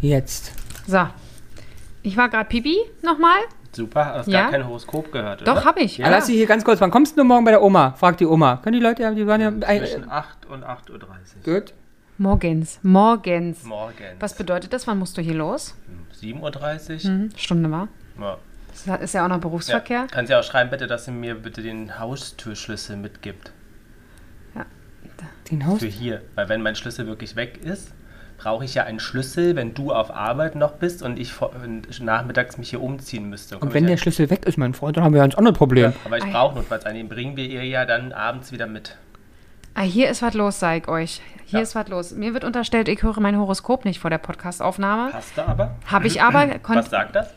Jetzt. So. Ich war gerade Pipi nochmal. Super, hast Ja. gar kein Horoskop gehört, oder? Doch, habe ich. Ja. Lass sie hier ganz kurz. Wann kommst du morgen bei der Oma? Fragt die Oma. Können die Leute ja, die waren ja. Ein, Zwischen 8 und 8.30 Uhr. gut. Morgens. Morgens. Morgen. Was bedeutet das? Wann musst du hier los? 7.30 Uhr? Hm, Stunde war. Ja. Das ist ja auch noch Ja. Berufsverkehr. Kannst ja auch schreiben, bitte, dass sie mir bitte den Haustürschlüssel mitgibt. Den Haus. Für hier. Weil wenn mein Schlüssel wirklich weg ist, brauche ich ja einen Schlüssel, wenn du auf Arbeit noch bist und ich vor- und nachmittags mich hier umziehen müsste. Und wenn der Schlüssel weg ist, mein Freund, dann haben wir ein ganz anderes Problem. Aber ich brauche notfalls einen, den bringen wir ihr ja dann abends wieder mit. Ah, hier ist was los, sag ich euch. Hier Ja. ist was los. Mir wird unterstellt, ich höre mein Horoskop nicht vor der Podcastaufnahme. Passt da aber? Habe ich aber. kon- Was sagt das?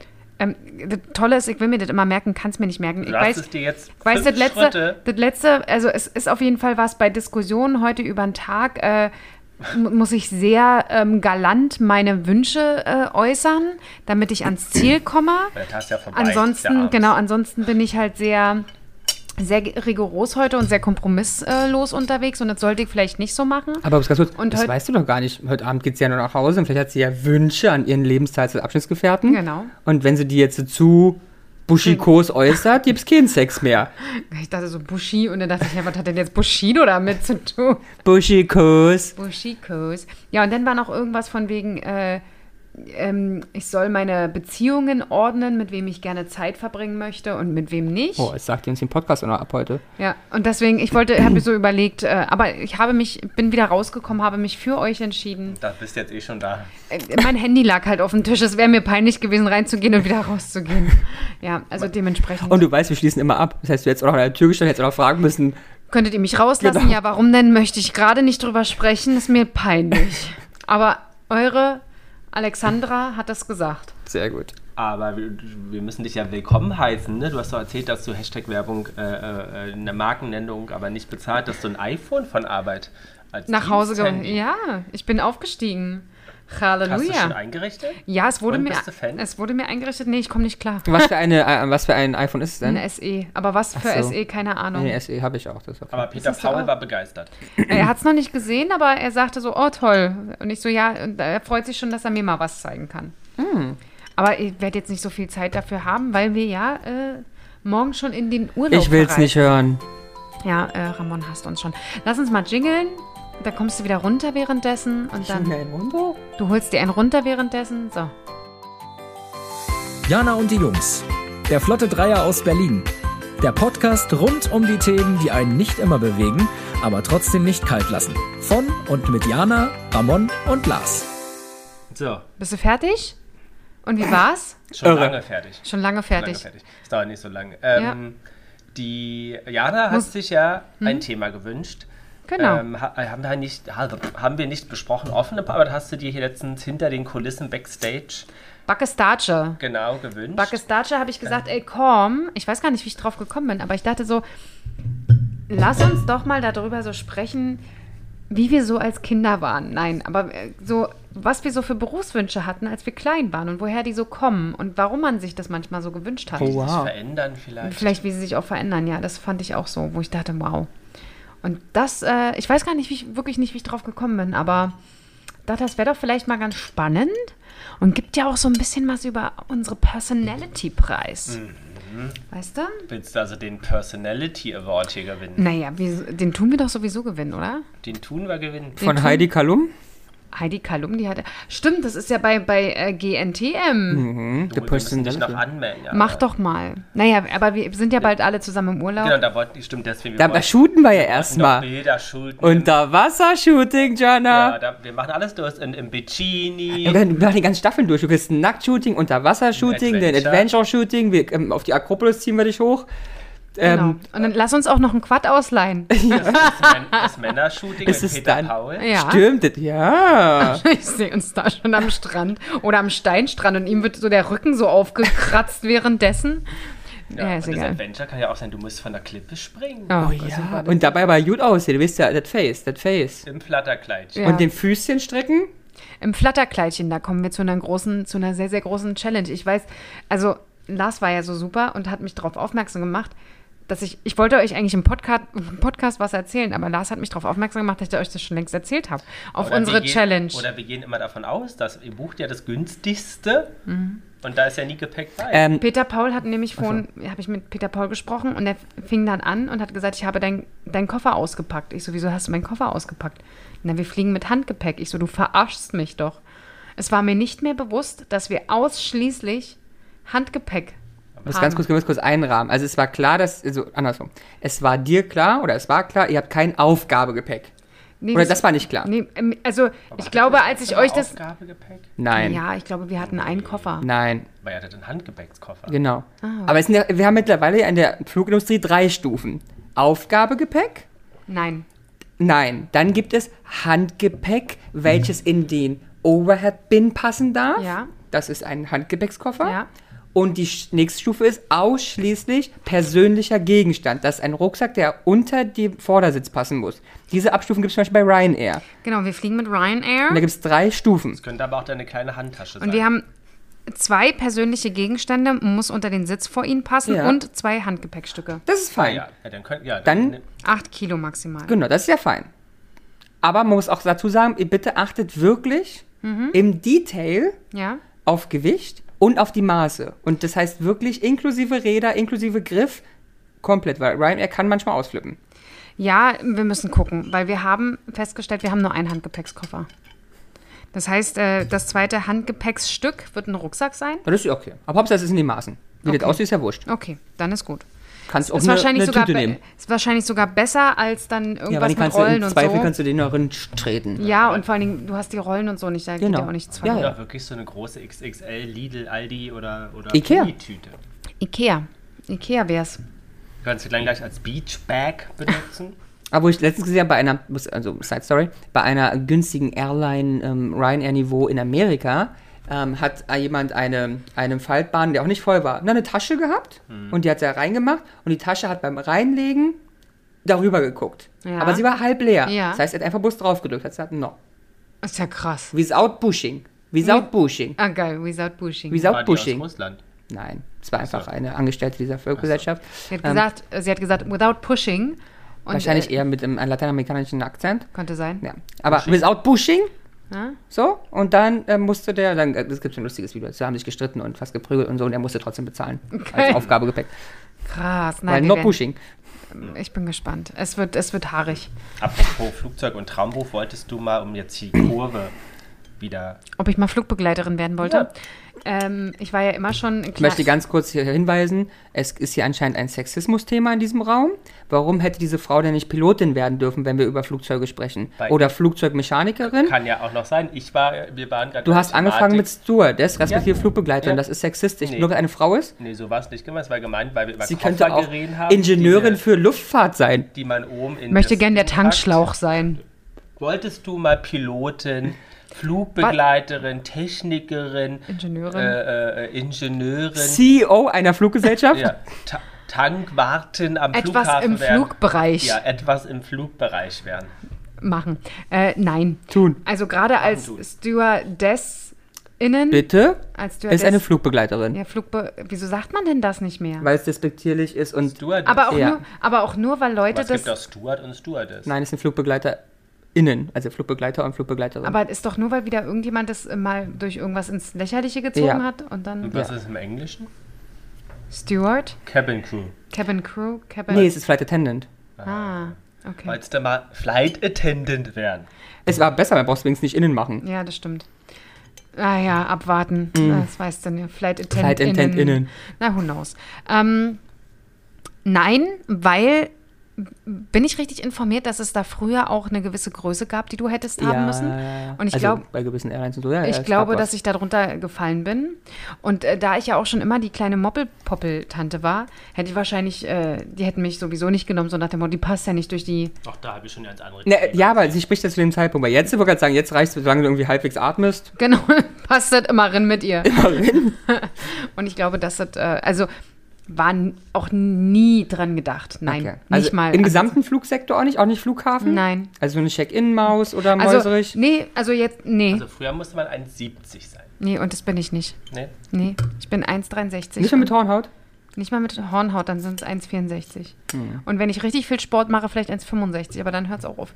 Ähm, das Tolle ist, ich will mir das immer merken, kann es mir nicht merken. Ich Du hast weiß, es dir jetzt Weißt du, fünf das letzte, Schritte. das letzte, also es ist auf jeden Fall was bei Diskussionen heute über den Tag, äh, mu- muss ich sehr ähm, galant meine Wünsche äh, äußern, damit ich ans Ziel komme. Weil das hast du ja vorbei, ist ja Ansonsten, abends. genau, ansonsten bin ich halt sehr, sehr ge- rigoros heute und sehr kompromisslos unterwegs und das sollte ich vielleicht nicht so machen. Aber ganz kurz, Und das heut- weißt du doch gar nicht. Heute Abend geht sie ja nur nach Hause und vielleicht hat sie ja Wünsche an ihren Lebensteils- und Abschnittsgefährten. Genau. Und wenn sie die jetzt so zu Buschikos äußert, gibt's keinen Sex mehr. Ich dachte so Bushido und dann dachte ich, ja, was hat denn jetzt Bushido damit zu tun? Buschikos. Bushikos. Ja, und dann war noch irgendwas von wegen, äh, ähm, ich soll meine Beziehungen ordnen, mit wem ich gerne Zeit verbringen möchte und mit wem nicht. Oh, jetzt sagt ihr uns den Podcast auch noch ab heute. Ja, und deswegen, ich wollte, habe mir so überlegt, äh, aber ich habe mich, bin wieder rausgekommen, habe mich für euch entschieden. Da bist du jetzt eh schon da. Äh, mein Handy lag halt auf dem Tisch, es wäre mir peinlich gewesen, reinzugehen und wieder rauszugehen. Ja, also dementsprechend. Und du weißt, wir schließen immer ab. Das heißt, du hättest auch noch an der Tür gestanden, hättest auch noch fragen müssen. Könntet ihr mich rauslassen? Genau. Ja, warum denn? Möchte ich gerade nicht drüber sprechen, ist mir peinlich. aber eure Alexandra hat das gesagt. Sehr gut. Aber wir, wir müssen dich ja willkommen heißen. Ne? Du hast doch erzählt, dass du Hashtag-Werbung, äh, äh, eine Markennennung, aber nicht bezahlt, dass du ein iPhone von Arbeit als nach Hause gekommen. Diensthandy- Ja, ich bin aufgestiegen. Hast du schon Halleluja. eingerichtet? Ja, es wurde, Und mir, bist du Fan? es wurde mir eingerichtet. Nee, ich komme nicht klar. Was für, eine, äh, was für ein iPhone ist es denn? Ein SE. Aber was für so. SE, keine Ahnung. Nee, äh, SE habe ich auch. Das ist okay. Aber Peter hast du Paul auch. war begeistert. Er hat es noch nicht gesehen, aber er sagte so, oh toll. Und ich so, ja, und er freut sich schon, dass er mir mal was zeigen kann. Hm. Aber ich werde jetzt nicht so viel Zeit dafür haben, weil wir ja äh, morgen schon in den Urlaub Ich will's verreisen. nicht hören. Ja, äh, Ramon hasst uns schon. Lass uns mal jingeln. Da kommst du wieder runter währenddessen. Und dann, runter? du holst dir einen runter währenddessen. So. Jana und die Jungs. Der Flotte Dreier aus Berlin. Der Podcast rund um die Themen, die einen nicht immer bewegen, aber trotzdem nicht kalt lassen. Von und mit Jana, Ramon und Lars. So, Bist du fertig? Und wie war's? schon Irre. lange fertig. Schon lange Lange fertig. fertig. Es dauert nicht so lange. Ähm, Die Jana hat Muss- Hm? sich ja ein Thema gewünscht. Genau. Ähm, ha- haben, wir nicht, ha- haben wir nicht besprochen, offene, aber das hast du dir hier letztens hinter den Kulissen Backstage Backestatsche. genau gewünscht. Backestatsche habe ich gesagt, ey, komm. Ich weiß gar nicht, wie ich drauf gekommen bin, aber ich dachte so, lass uns doch mal darüber so sprechen, wie wir so als Kinder waren. Nein, aber äh, so, was wir so für Berufswünsche hatten, als wir klein waren und woher die so kommen und warum man sich das manchmal so gewünscht hat. Oh, sich Wow. verändern vielleicht. Vielleicht, wie sie sich auch verändern, ja. Das fand ich auch so, wo ich dachte, wow. Und das, äh, ich weiß gar nicht, wie ich, wirklich nicht, wie ich drauf gekommen bin, aber dachte, das wäre doch vielleicht mal ganz spannend und gibt ja auch so ein bisschen was über unsere Personality preis. Mhm. Weißt du? Willst du also den Personality Award hier gewinnen? Naja, wir, den tun wir doch sowieso gewinnen, oder? Den tun wir gewinnen. Von Heidi Kalum? Heidi Kalum, die hatte. Stimmt, das ist ja bei, bei äh, GNTM. Du, wir müssen dich noch Personality. anmelden. Ja. Mach doch mal. Naja, aber wir sind ja bald alle zusammen im Urlaub. Genau, da wollten die, stimmt, deswegen. wir Da, da wollten shooten wir ja noch erstmal. Bilder schulden. Unterwassershooting, Jana. ja, da, wir machen alles durch. In, Im Bikini. Ja, wir machen die ganzen Staffeln durch. Du kriegst ein Nacktshooting, Unterwassershooting, den Adventure. Adventure-Shooting. Wir, ähm, auf die Akropolis ziehen wir dich hoch. Genau. Ähm, Und dann lass uns auch noch einen Quad ausleihen. Das, Män das Männershooting Ist mit es Peter dann- Paul. Ja. Stimmt, das- ja. Ich sehe uns da schon am Strand oder am Steinstrand und ihm wird so der Rücken so aufgekratzt währenddessen. Ja, ist und das egal. Adventure kann ja auch sein, du musst von der Klippe springen. Oh, Oh Gott, ja. super. Und dabei war gut aussehen. Du weißt ja, das Face, das Face. Im Flatterkleid. Ja. Und den Füßchen strecken? Im Flatterkleidchen, da kommen wir zu einer großen, zu einer sehr, sehr großen Challenge. Ich weiß, also Lars war ja so super und hat mich darauf aufmerksam gemacht. dass ich, ich wollte euch eigentlich im Podcast, im Podcast was erzählen, aber Lars hat mich darauf aufmerksam gemacht, dass ich euch das schon längst erzählt habe. Auf Oder wir unsere gehen, Challenge. Oder wir gehen immer davon aus, dass ihr bucht ja das günstigste Mhm. und da ist ja nie Gepäck bei. Ähm, Peter Paul hat nämlich vorhin, habe ich mit Peter Paul gesprochen und er fing dann an und hat gesagt, ich habe deinen dein Koffer ausgepackt. Ich so, wieso hast du meinen Koffer ausgepackt? Na, wir fliegen mit Handgepäck. Ich so, du verarschst mich doch. Es war mir nicht mehr bewusst, dass wir ausschließlich Handgepäck muss ganz kurz, wir müssen kurz einrahmen. Also es war klar, dass, also andersrum. Es war dir klar oder es war klar, ihr habt kein Aufgabegepäck. Nee, Oder das war nicht klar? Oh, Nee, ähm, also ich glaube, als ich Immer euch das... Aufgabegepäck? Nein. Ja, ich glaube, wir hatten einen Koffer. Nein. Weil er hat einen Handgepäckskoffer. Genau. Ah, Aber es sind ja, wir haben mittlerweile in der Flugindustrie drei Stufen. Aufgabegepäck, Nein. Nein, dann gibt es Handgepäck, welches in den Overhead-Bin passen darf. Ja. Das ist ein Handgepäckskoffer. Ja. Und die Sch- nächste Stufe ist ausschließlich persönlicher Gegenstand. Das ist ein Rucksack, der unter den Vordersitz passen muss. Diese Abstufen gibt es zum Beispiel bei Ryanair. Und Genau, wir fliegen mit Ryanair. da gibt es drei Stufen. Das könnte aber auch deine kleine Handtasche sein. Und wir haben zwei persönliche Gegenstände, muss unter den Sitz vor ihnen passen Ja. und zwei Handgepäckstücke. Das ist fein. ja, ja, dann könnt, ja, Dann- Acht Kilo maximal. Genau, das ist ja fein. Aber man muss auch dazu sagen, ihr bitte achtet wirklich im Detail Ja. auf Gewicht und auf die Maße. Und das heißt wirklich inklusive Räder, inklusive Griff, komplett, weil Ryanair kann manchmal ausflippen. ja, wir müssen gucken, weil wir haben festgestellt, wir haben nur einen Handgepäckskoffer. Das heißt, äh, das zweite Handgepäcksstück wird ein Rucksack sein. Na, Das ist ja okay. Aber Hauptsache es ist in den Maßen. Wie das aussieht, ist ja wurscht. Okay, dann ist gut. Kannst auch Ist, eine, wahrscheinlich, eine sogar Tüte be- nehmen. ist wahrscheinlich sogar besser als dann Ja, weil irgendwas die mit kannst du Rollen im und Zweifel so. kannst du den noch in treten. ja, und vor allen Dingen, du hast die Rollen und so nicht, da geht Genau. ja auch nichts Ja, verloren. ja. Ja, wirklich so eine große XXL, Lidl, Aldi oder, oder Ikea. Tüte. Ikea. Ikea wär's. Kannst du dann gleich als Beachbag benutzen? Aber Ah, wo ich letztens gesehen habe, bei einer, also Side Story, bei einer günstigen Airline ähm, Ryanair-Niveau in Amerika, ähm, hat jemand eine, einen Faltbahn, der auch nicht voll war, na, eine Tasche gehabt Mhm. und die hat er reingemacht und die Tasche hat beim Reinlegen darüber geguckt. Ja. Aber sie war halb leer. Ja. Das heißt, er hat einfach bloß drauf gedrückt, hat gesagt, no. Ist ja krass. Without pushing. Without pushing. Ah, geil, without pushing. Sie Without War die aus pushing. Russland. Nein, es war einfach eine Angestellte dieser Völkergesellschaft. hat, gesagt, äh, sie hat gesagt, without pushing. Und, Wahrscheinlich äh, eher mit einem lateinamerikanischen Akzent. Könnte sein. Ja. Aber without pushing. Ja. So, und dann äh, musste der, dann, äh, es gibt so ein lustiges Video, sie haben sich gestritten und fast geprügelt und so, und er musste trotzdem bezahlen. Als Aufgabegepäck. Krass. Weil Nein, no wir werden, pushing. ich bin gespannt. Es wird, es wird haarig. Apropos Flugzeug und Traumhof, wolltest du mal um jetzt die Kurve wieder. Ob ich mal Flugbegleiterin werden wollte? Ähm, ich war ja immer schon ein Ich möchte ganz kurz hier hinweisen, es ist hier anscheinend ein Sexismusthema in diesem Raum. Warum hätte diese Frau denn nicht Pilotin werden dürfen, wenn wir über Flugzeuge sprechen? Bei- Oder Flugzeugmechanikerin? Kann ja auch noch sein. Ich war, wir waren gerade. Du hast angefangen mit Stewardess, respektive Ja. Flugbegleiterin, Ja. das ist sexistisch. Nee. Nur weil eine Frau ist, Nee, so war es nicht gemeint. Es war gemeint, weil wir über sie Koffer könnte auch geredet haben. Ingenieurin die, äh, für Luftfahrt sein. die man oben in. Ich möchte das gern der Ding Tankschlauch sein. packt. Wolltest du mal Pilotin, Flugbegleiterin, Technikerin, Ingenieurin. äh, äh, Ingenieurin, CEO E einer Fluggesellschaft? ja, Ta Tankwartin am Etwas Flughafen im werden. Flugbereich Ja, etwas im Flugbereich werden. machen. Äh, nein. Tun. Also gerade als tun. Stewardess-Innen. Bitte? Als Ist eine Flugbegleiterin, ja, Flugbe Wieso sagt man denn das nicht mehr? weil es despektierlich ist und Stewardess. Aber auch, Ja. nur, aber auch nur, weil Leute Aber das. es gibt auch Steward und Stewardess. Nein, es sind FlugbegleiterInnen, also Flugbegleiter und Flugbegleiterin. Aber ist doch nur, weil wieder irgendjemand das äh, mal durch irgendwas ins Lächerliche gezogen Ja. hat und dann Und was ist im Englischen? Steward, Cabin Crew. Cabin Crew, Cabin. nee, es ist Flight Attendant. ah, okay. Wolltest du mal Flight Attendant werden? Es war besser, man braucht es wenigstens nicht innen machen. Ja, das stimmt. Ah ja, abwarten. Ah, Das weißt du nicht. Flight Attendant. Flight Attendant Mm. innen. Na, who knows. Ähm, nein, weil bin ich richtig informiert, dass es da früher auch eine gewisse Größe gab, die du hättest haben müssen? Und ich also, glaube, Bei gewissen Airlines und so, ja. ja, Ich es glaube, gab was. dass ich darunter gefallen bin. Und äh, da ich ja auch schon immer die kleine Moppelpoppel-Tante war, hätte ich wahrscheinlich, äh, die hätten mich sowieso nicht genommen, so nach dem Motto, die passt ja nicht durch die. Ach, da habe ich schon ganz andere äh, Ne, ja, aber sie spricht das zu dem Zeitpunkt. Weil jetzt, ich wollte gerade sagen, jetzt reicht es, solange du irgendwie halbwegs atmest. Genau, passt das immer rein mit ihr. Mal reden. Und ich glaube, dass das, äh, also war n- auch nie dran gedacht. Nein, Okay. nicht Also mal. Im gesamten Flugsektor auch nicht? Auch nicht Flughafen? Nein. Also so eine Check-In-Maus oder also, Mäuserich? nee, also jetzt, nee, Also früher musste man 1,70 sein. nee, und das bin ich nicht. Ne? Nee, ich bin 1,63. nicht mehr mit Hornhaut? Nicht mal mit Hornhaut, dann sind es 1,64. Mhm. Und wenn ich richtig viel Sport mache, vielleicht 1,65, aber dann hört es auch auf.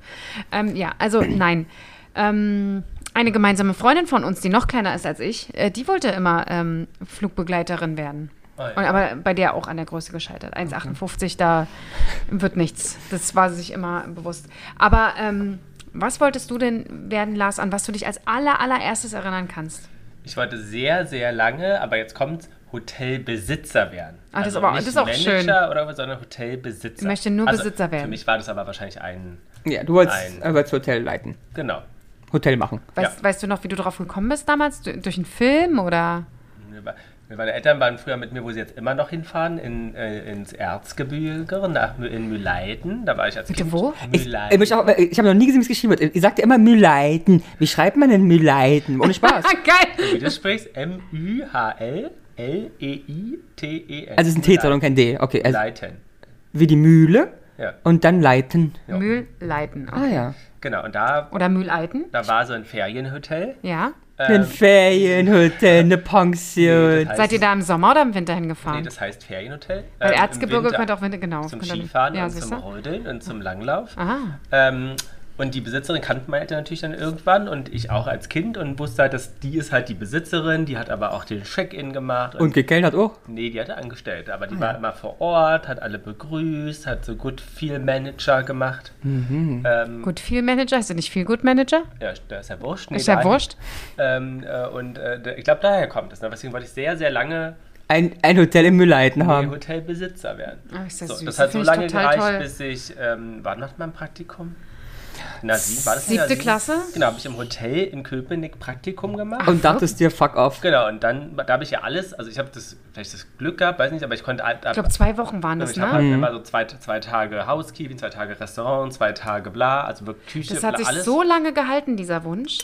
Ähm, ja, also nein. Ähm, eine gemeinsame Freundin von uns, die noch kleiner ist als ich, äh, die wollte immer ähm, Flugbegleiterin werden. Ah, ja. Und, aber bei der auch an der Größe gescheitert. 1,58, da wird nichts. Das war sie sich immer bewusst. Aber ähm, was wolltest du denn werden, Lars, an was du dich als aller, allererstes erinnern kannst? Ich wollte sehr, sehr lange, aber jetzt kommt Hotelbesitzer werden. Also Ah, das ist aber- das ist auch Manager schön. oder was, sondern Hotelbesitzer. Also Ich möchte nur Besitzer werden. Für mich war das aber wahrscheinlich ein, Ja, du wolltest, Nein. äh, wolltest Hotel leiten. genau. Hotel machen. Weißt, Ja. weißt du noch, wie du drauf gekommen bist damals? Du- Durch einen Film oder? Mir war- mir Meine Eltern waren früher mit mir, wo sie jetzt immer noch hinfahren, in, äh, ins Erzgebirge, nach, Mü- in Mühleiten. Da war ich als Bitte Kind. wo? äh, Ich, Mühleiten. ich, möchte auch, äh, ich habe noch nie gesehen, wie es geschrieben wird. Ihr sagt ja immer Mühleiten. Wie schreibt man denn Mühleiten? Ohne Spaß. Also Ah, geil! Wie du sprichst, M-Ü-H-L-L-E-I-T-E-N. Also es ist ein T, sondern kein D. Okay, also Leiten. wie die Mühle Ja, und dann Leiten. Ja. Mühlleiten. Okay. Ah ja. genau. Und da, Oder Mühleiten? da war so ein Ferienhotel. Ja. Ein Ferienhotel, eine Pension. heißt- Seid ihr da im Sommer oder im Winter hingefahren? Nee, das heißt Ferienhotel. Weil Ähm, im Erzgebirge Winter. könnte auch Winter, genau. Zum könnte- Skifahren ja, und siehst zum du? Rodeln und zum Langlauf. Ah. Ähm, und die Besitzerin kannte meine Eltern natürlich dann irgendwann und ich auch als Kind und wusste halt, dass die ist halt die Besitzerin, die hat aber auch den Check-in gemacht. Und gekellnert auch. nee, die hatte angestellt, aber Ah, die war immer vor Ort, hat alle begrüßt, hat so gut viel Manager gemacht. Hm. Ähm, Gut, viel Manager, ist ja nicht viel gut Manager? ja, da ist ja wurscht. nee, Ist ja daher- wurscht. Ähm, äh, und äh, da- ich glaube, daher kommt es. Ne? Deswegen wollte ich sehr, sehr lange Ein, ein Hotel in Mühleiten nee, haben. Hotelbesitzer werden. Ach, Ähm. Ah, ist das So, süß. das hat so Finde ich lange total gereicht, toll. bis ich, ähm, wann macht man Praktikum? Na, sie, war das in Siebte der sie- Klasse? Genau, habe ich im Hotel in Köpenick Praktikum gemacht. Und dachtest dir, fuck off. Genau, und dann, da habe ich ja alles, also ich habe das, vielleicht das Glück gehabt, weiß nicht, aber ich konnte, ab, Ich glaube, zwei Wochen waren das, ich habe ne? halt immer so zwei, zwei Tage Housekeeping, zwei Tage Restaurant, zwei Tage bla, also wirklich Küche, Das hat bla, sich alles. so lange gehalten, dieser Wunsch.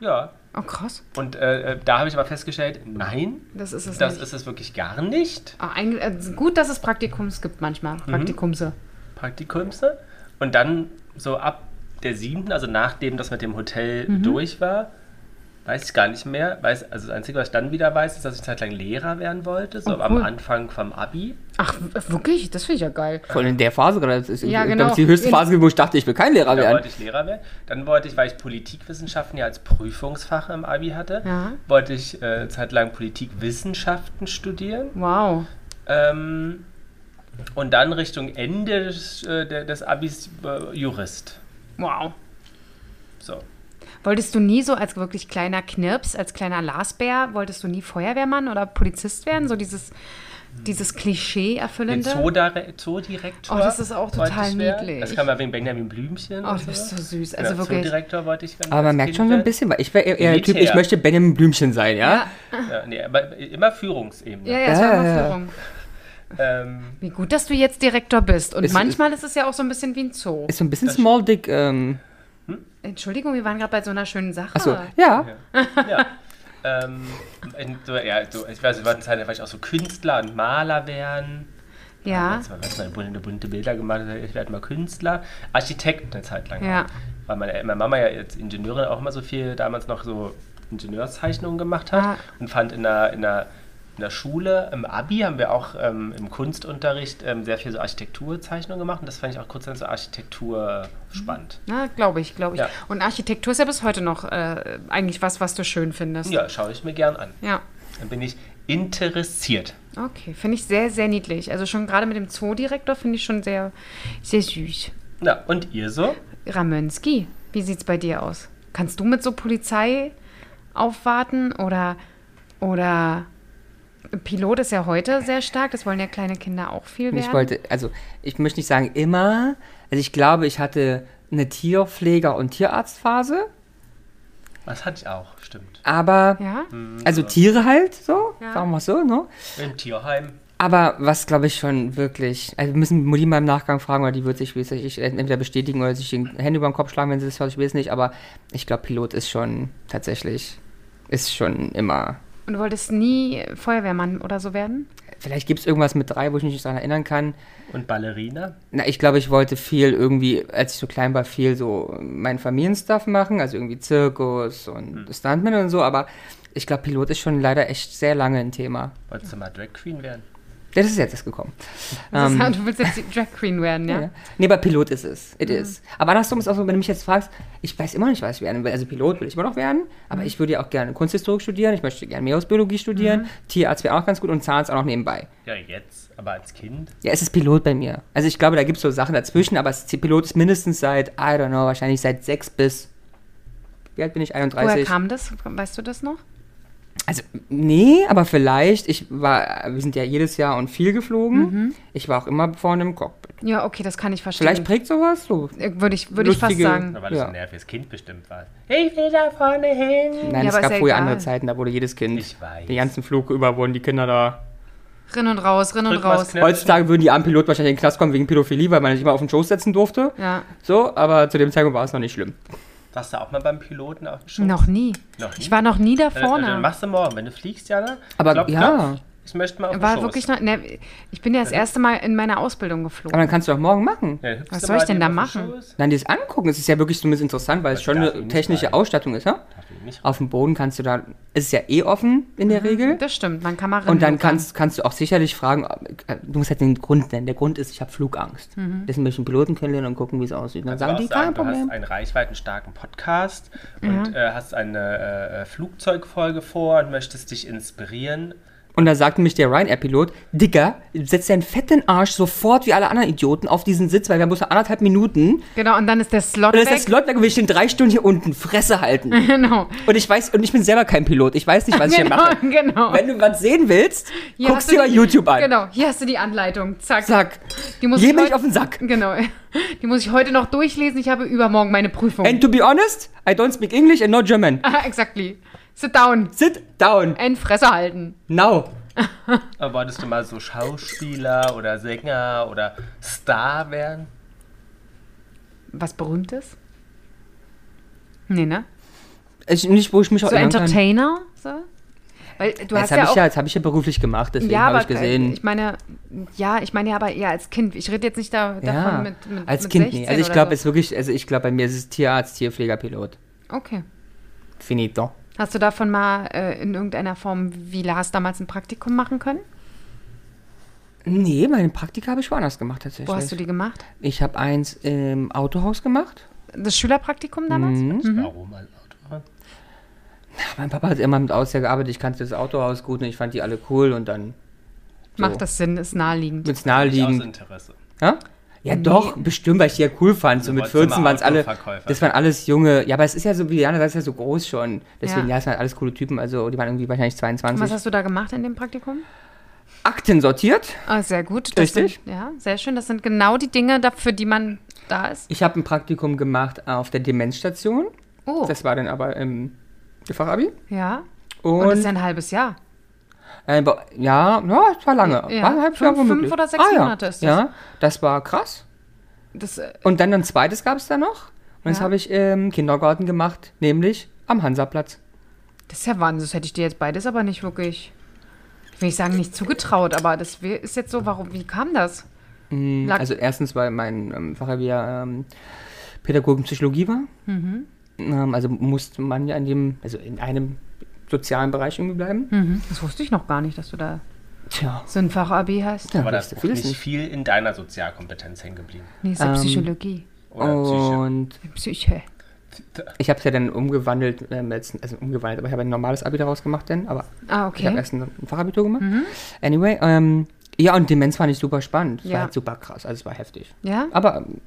ja, Oh, krass. und äh, äh, da habe ich aber festgestellt, nein, Das ist es das nicht. ist es wirklich gar nicht. Ah, einge- äh, gut, dass es Praktikums gibt manchmal. Mhm. Praktikumse. Praktikumse. Und dann so ab der siebten, also nachdem das mit dem Hotel Mhm. durch war, weiß ich gar nicht mehr. Weiß, also das Einzige, was ich dann wieder weiß, ist, dass ich zeitlang Lehrer werden wollte, so Oh, am cool. Anfang vom Abi. Ach, w- wirklich? Das finde ich ja geil. Voll in der Phase gerade. Das ist, Ja, ich glaub, genau. das ist die höchste In- Phase, wo ich dachte, ich will kein Lehrer Da werden. wollte ich Lehrer werden. Dann wollte ich, weil ich Politikwissenschaften ja als Prüfungsfach im Abi hatte, Ja. wollte ich äh, zeitlang Politikwissenschaften studieren. Wow. Ähm, und dann Richtung Ende des, äh, der- des Abis äh, Jurist. Wow. So. Wolltest du nie so als wirklich kleiner Knirps, als kleiner Larsbär, wolltest du nie Feuerwehrmann oder Polizist werden? So dieses, dieses Den Klischee-erfüllende? Zoodire- Zoodirektor. Oh, das ist auch wollte total ich werden. niedlich. Das kam ja wegen Benjamin Blümchen. Oh, und du bist so süß. Also Also ja, wirklich. Zoodirektor wollte ich gerne Aber man als merkt Kind schon so ein werden. bisschen, weil ich wäre eher der Typ, ich Militär. möchte Benjamin Blümchen sein, ja? Ja, Ja, nee, aber immer Führungsebene. ja, ja, es war Ja, ja, immer ja. Führung. Ähm, Wie gut, dass du jetzt Direktor bist. Und Ist- manchmal ist es ja auch so ein bisschen wie ein Zoo. Ist so ein bisschen Small Dick. Ähm, Entschuldigung, wir waren gerade bei so einer schönen Sache. achso, ja. ja. ähm, in- so, ja, so, ich weiß, wir waren Zeit, da war ich auch so Künstler und Maler werden. Ja. Jetzt mal, weißt du, meine bunte, bunte Bilder gemacht, also ich werde mal Künstler. Architekt eine Zeit lang. Ja. Weil meine, meine Mama ja jetzt Ingenieurin auch immer so viel damals noch so Ingenieurszeichnungen gemacht hat Ah. und fand in der, in, der, in der Schule, im Abi haben wir auch ähm, im Kunstunterricht ähm, sehr viel so Architekturzeichnungen gemacht und das fand ich auch kurz dann so Architektur spannend. Na, glaube ich, glaube ich. Ja. Und Architektur ist ja bis heute noch äh, eigentlich was, was du schön findest. Ja, schaue ich mir gern an. Ja. Dann bin ich interessiert. Okay, finde ich sehr, sehr niedlich. Also schon gerade mit dem Zoodirektor finde ich schon sehr, sehr süß. Na, und ihr so? Ramönski, wie sieht's bei dir aus? Kannst du mit so Polizei aufwarten oder oder Pilot ist ja heute sehr stark, das wollen ja kleine Kinder auch viel werden. Ich wollte, also ich möchte nicht sagen immer. Also ich glaube, ich hatte eine Tierpfleger- und Tierarztphase, Das hatte ich auch, stimmt. aber ja? Hm. also Tiere halt, so, Ja. sagen wir so, ne? Im Tierheim. Aber was glaube ich schon wirklich, also wir müssen Mutti mal im Nachgang fragen, weil die wird sich weiß ich, entweder bestätigen oder sich die Hände über den Kopf schlagen, wenn sie das hört, ich weiß nicht, aber ich glaube, Pilot ist schon tatsächlich, ist schon immer Und du wolltest nie Feuerwehrmann oder so werden? Vielleicht gibt es irgendwas mit drei, wo ich mich nicht dran erinnern kann. Und Ballerina? Na, ich glaube, ich wollte viel irgendwie, als ich so klein war, viel so meinen Familienstuff machen, also irgendwie Zirkus und Stuntman und so, aber ich glaube, Pilot ist schon leider echt sehr lange ein Thema. Wolltest du mal Drag Queen werden? Das ist jetzt erst gekommen. Das Ähm, heißt, du willst jetzt die Drag Queen werden, ja? Mhm. Ja. Nee, bei Pilot ist es. It is. Aber andersrum ist auch so, wenn du mich jetzt fragst, ich weiß immer nicht, was ich werden will. Also Pilot will ich immer noch werden, Mhm. aber ich würde ja auch gerne Kunsthistorik studieren, ich möchte gerne Meeresbiologie studieren, Mhm. Tierarzt wäre auch ganz gut und Zahnarzt auch noch nebenbei. Ja, jetzt, aber als Kind. Ja, es ist Pilot bei mir. Also ich glaube, da gibt es so Sachen dazwischen, aber es- Pilot ist mindestens seit, I don't know, wahrscheinlich seit sechs bis, wie alt bin ich, 31? Woher kam das? Weißt du das noch? Also, nee, aber vielleicht. Ich war, wir sind ja jedes Jahr und viel geflogen. Mhm. Ich war auch immer vorne im Cockpit. Ja, okay, das kann ich verstehen. Vielleicht prägt sowas so. Äh, würde ich, würde ich fast Lustige- sagen. Na, weil das Ja. ein nerviges Kind bestimmt war. Ich will da vorne hin. Nein, Ja, es aber gab ist ja früher egal. andere Zeiten, da wurde jedes Kind. Ich weiß. Die ganzen Flug über wurden die Kinder da. Rin und raus, rin und Drück was raus. Knöpfchen. Heutzutage würden die armen Piloten wahrscheinlich in den Knast kommen wegen Pädophilie, weil man nicht immer auf den Schoß setzen durfte. Ja. So, aber zu dem Zeitpunkt war es noch nicht schlimm. Warst du auch mal beim Piloten auf dem Schoß? Noch nie. Noch nie? Ich war noch nie da Äh, Dann, vorne. machst du morgen, wenn du fliegst, Jana. Aber ja. Ich möchte mal auf den War Schoß. wirklich noch. Ne, ich bin ja Mhm. das erste Mal in meiner Ausbildung Aber geflogen. dann kannst du doch morgen machen. Ja, hüpfst Was du soll mal ich denn dem da auf den machen? Schoß? Nein, das angucken, es ist ja wirklich zumindest interessant, weil es schon darf ich eine nicht technische rein. Ausstattung ist, ja? Darf ich nicht? Auf dem Boden kannst du da, es ist ja eh offen in der Regel. Das stimmt, man kann mal rin. Und dann und kannst, kannst du auch sicherlich fragen, äh, du musst halt den Grund nennen. Der Grund ist, ich habe Flugangst. Deswegen möchte ich einen Piloten kennenlernen und gucken, wie es aussieht. Und dann Also sagen auch die, kein sagen, Du Problem. hast einen reichweitenstarken Podcast und äh, hast eine äh, äh, Flugzeugfolge vor und möchtest dich inspirieren. Und da sagte mich der Ryanair-Pilot, Digga, setz deinen fetten Arsch sofort wie alle anderen Idioten auf diesen Sitz, weil wir haben bloß noch anderthalb Minuten. Und Genau, und dann ist der Slot dann weg. ist das Slot weg und wir stehen drei Stunden hier unten, Fresse halten. genau. Und ich weiß, und ich bin selber kein Pilot. Ich weiß nicht, was ich hier genau, mache. genau. Wenn du was sehen willst, Hier guckst hast du dir bei die- YouTube an. Genau, hier hast du die Anleitung. Zack. Zack. Die muss Geh ich mir heute- nicht auf den Sack. Genau. Die muss ich heute noch durchlesen. Ich habe übermorgen meine Prüfung. And to be honest, I don't speak English and no German. Ah, exactly. Sit down. Sit down. Ein Fresse halten. Now. Aber wolltest du mal so Schauspieler oder Sänger oder Star werden? Was Berühmtes? Nee, ne? Ich, nicht, wo ich mich auch So erinnern kann. Entertainer? So? Weil du Das hast habe ja ich, auch... ja, das hab ich ja beruflich gemacht, deswegen habe ich aber, äh, gesehen. Ich meine, ja, ich meine ja aber eher als Kind. Ich rede jetzt nicht da, davon ja, mit, mit als mit Kind 16 nie. Also ich oder glaube, so. es wirklich, also ich glaube, bei mir ist es Tierarzt, Tierpfleger, Pilot. Okay. Finito. Hast du davon mal äh, in irgendeiner Form wie Lars damals ein Praktikum machen können? Nee, meine Praktika habe ich woanders gemacht tatsächlich. Wo hast du die gemacht? Ich habe eins im Autohaus gemacht. Das Schülerpraktikum damals? Mhm. Warum als Autor? Ach, mein Papa hat immer mit Ausjahr gearbeitet, ich kannte das Autohaus gut und ich fand die alle cool und dann Macht das Sinn, ist naheliegend. mit Nicht aus naheliegend. Interesse. Ja? Ja, doch, bestimmt, weil ich die ja cool fand. So Du mit wolltest 14 immer waren es alle, Autoverkäufer das waren alles junge, ja, aber es ist ja so, wie Jana sagt, es ist ja so groß schon. Deswegen, Ja. ja, es waren alles coole Typen, also die waren irgendwie wahrscheinlich Und 22. Was hast du da gemacht in dem Praktikum? Akten sortiert. Ah, sehr gut. Das Richtig. Sind, ja, sehr schön. Das sind genau die Dinge, da- für die man da ist. Ich habe ein Praktikum gemacht auf der Demenzstation. Oh, Das war dann aber im Fachabi. ja. Und, Und das ist ja ein halbes Jahr. äh, ba- ja, ja, es war lange. Ja, war ein halbes Jahr fünf- fünf womöglich. oder sechs ah, ja. Monate ist das. Ja, das war krass. Das, äh, Und dann ein zweites gab es da noch. Und das Ja. habe ich im Kindergarten gemacht, nämlich am Hansaplatz. das ist ja Wahnsinn. Das hätte ich dir jetzt beides aber nicht wirklich, ich will nicht sagen, nicht zugetraut. Aber das wär- ist jetzt so, warum, wie kam das? Lag- Also erstens, weil mein ähm, Fachabi ja ähm, Pädagogik und Psychologie war. Mhm. Ähm, also musste man ja in dem, also in einem sozialen Bereich irgendwie bleiben. Mhm. Das wusste ich noch gar nicht, dass du da Tja. so ein Fach-Abi hast. Ja, Aber da weißt ist du auch vieles nicht nicht. viel in deiner Sozialkompetenz hängen geblieben. Nee, ist ja Ähm, Psychologie. Oder Und Psyche. Psyche. Ich habe es ja dann umgewandelt, äh, im letzten, also umgewandelt, aber ich habe ein normales Abi daraus gemacht, denn, aber Ah, ich habe okay. Mhm. erst ein, ein Fachabitur gemacht. Anyway, ähm, ja, und Demenz fand ich super spannend. Es Ja. war halt super krass, also es war heftig. Ja? Aber ähm,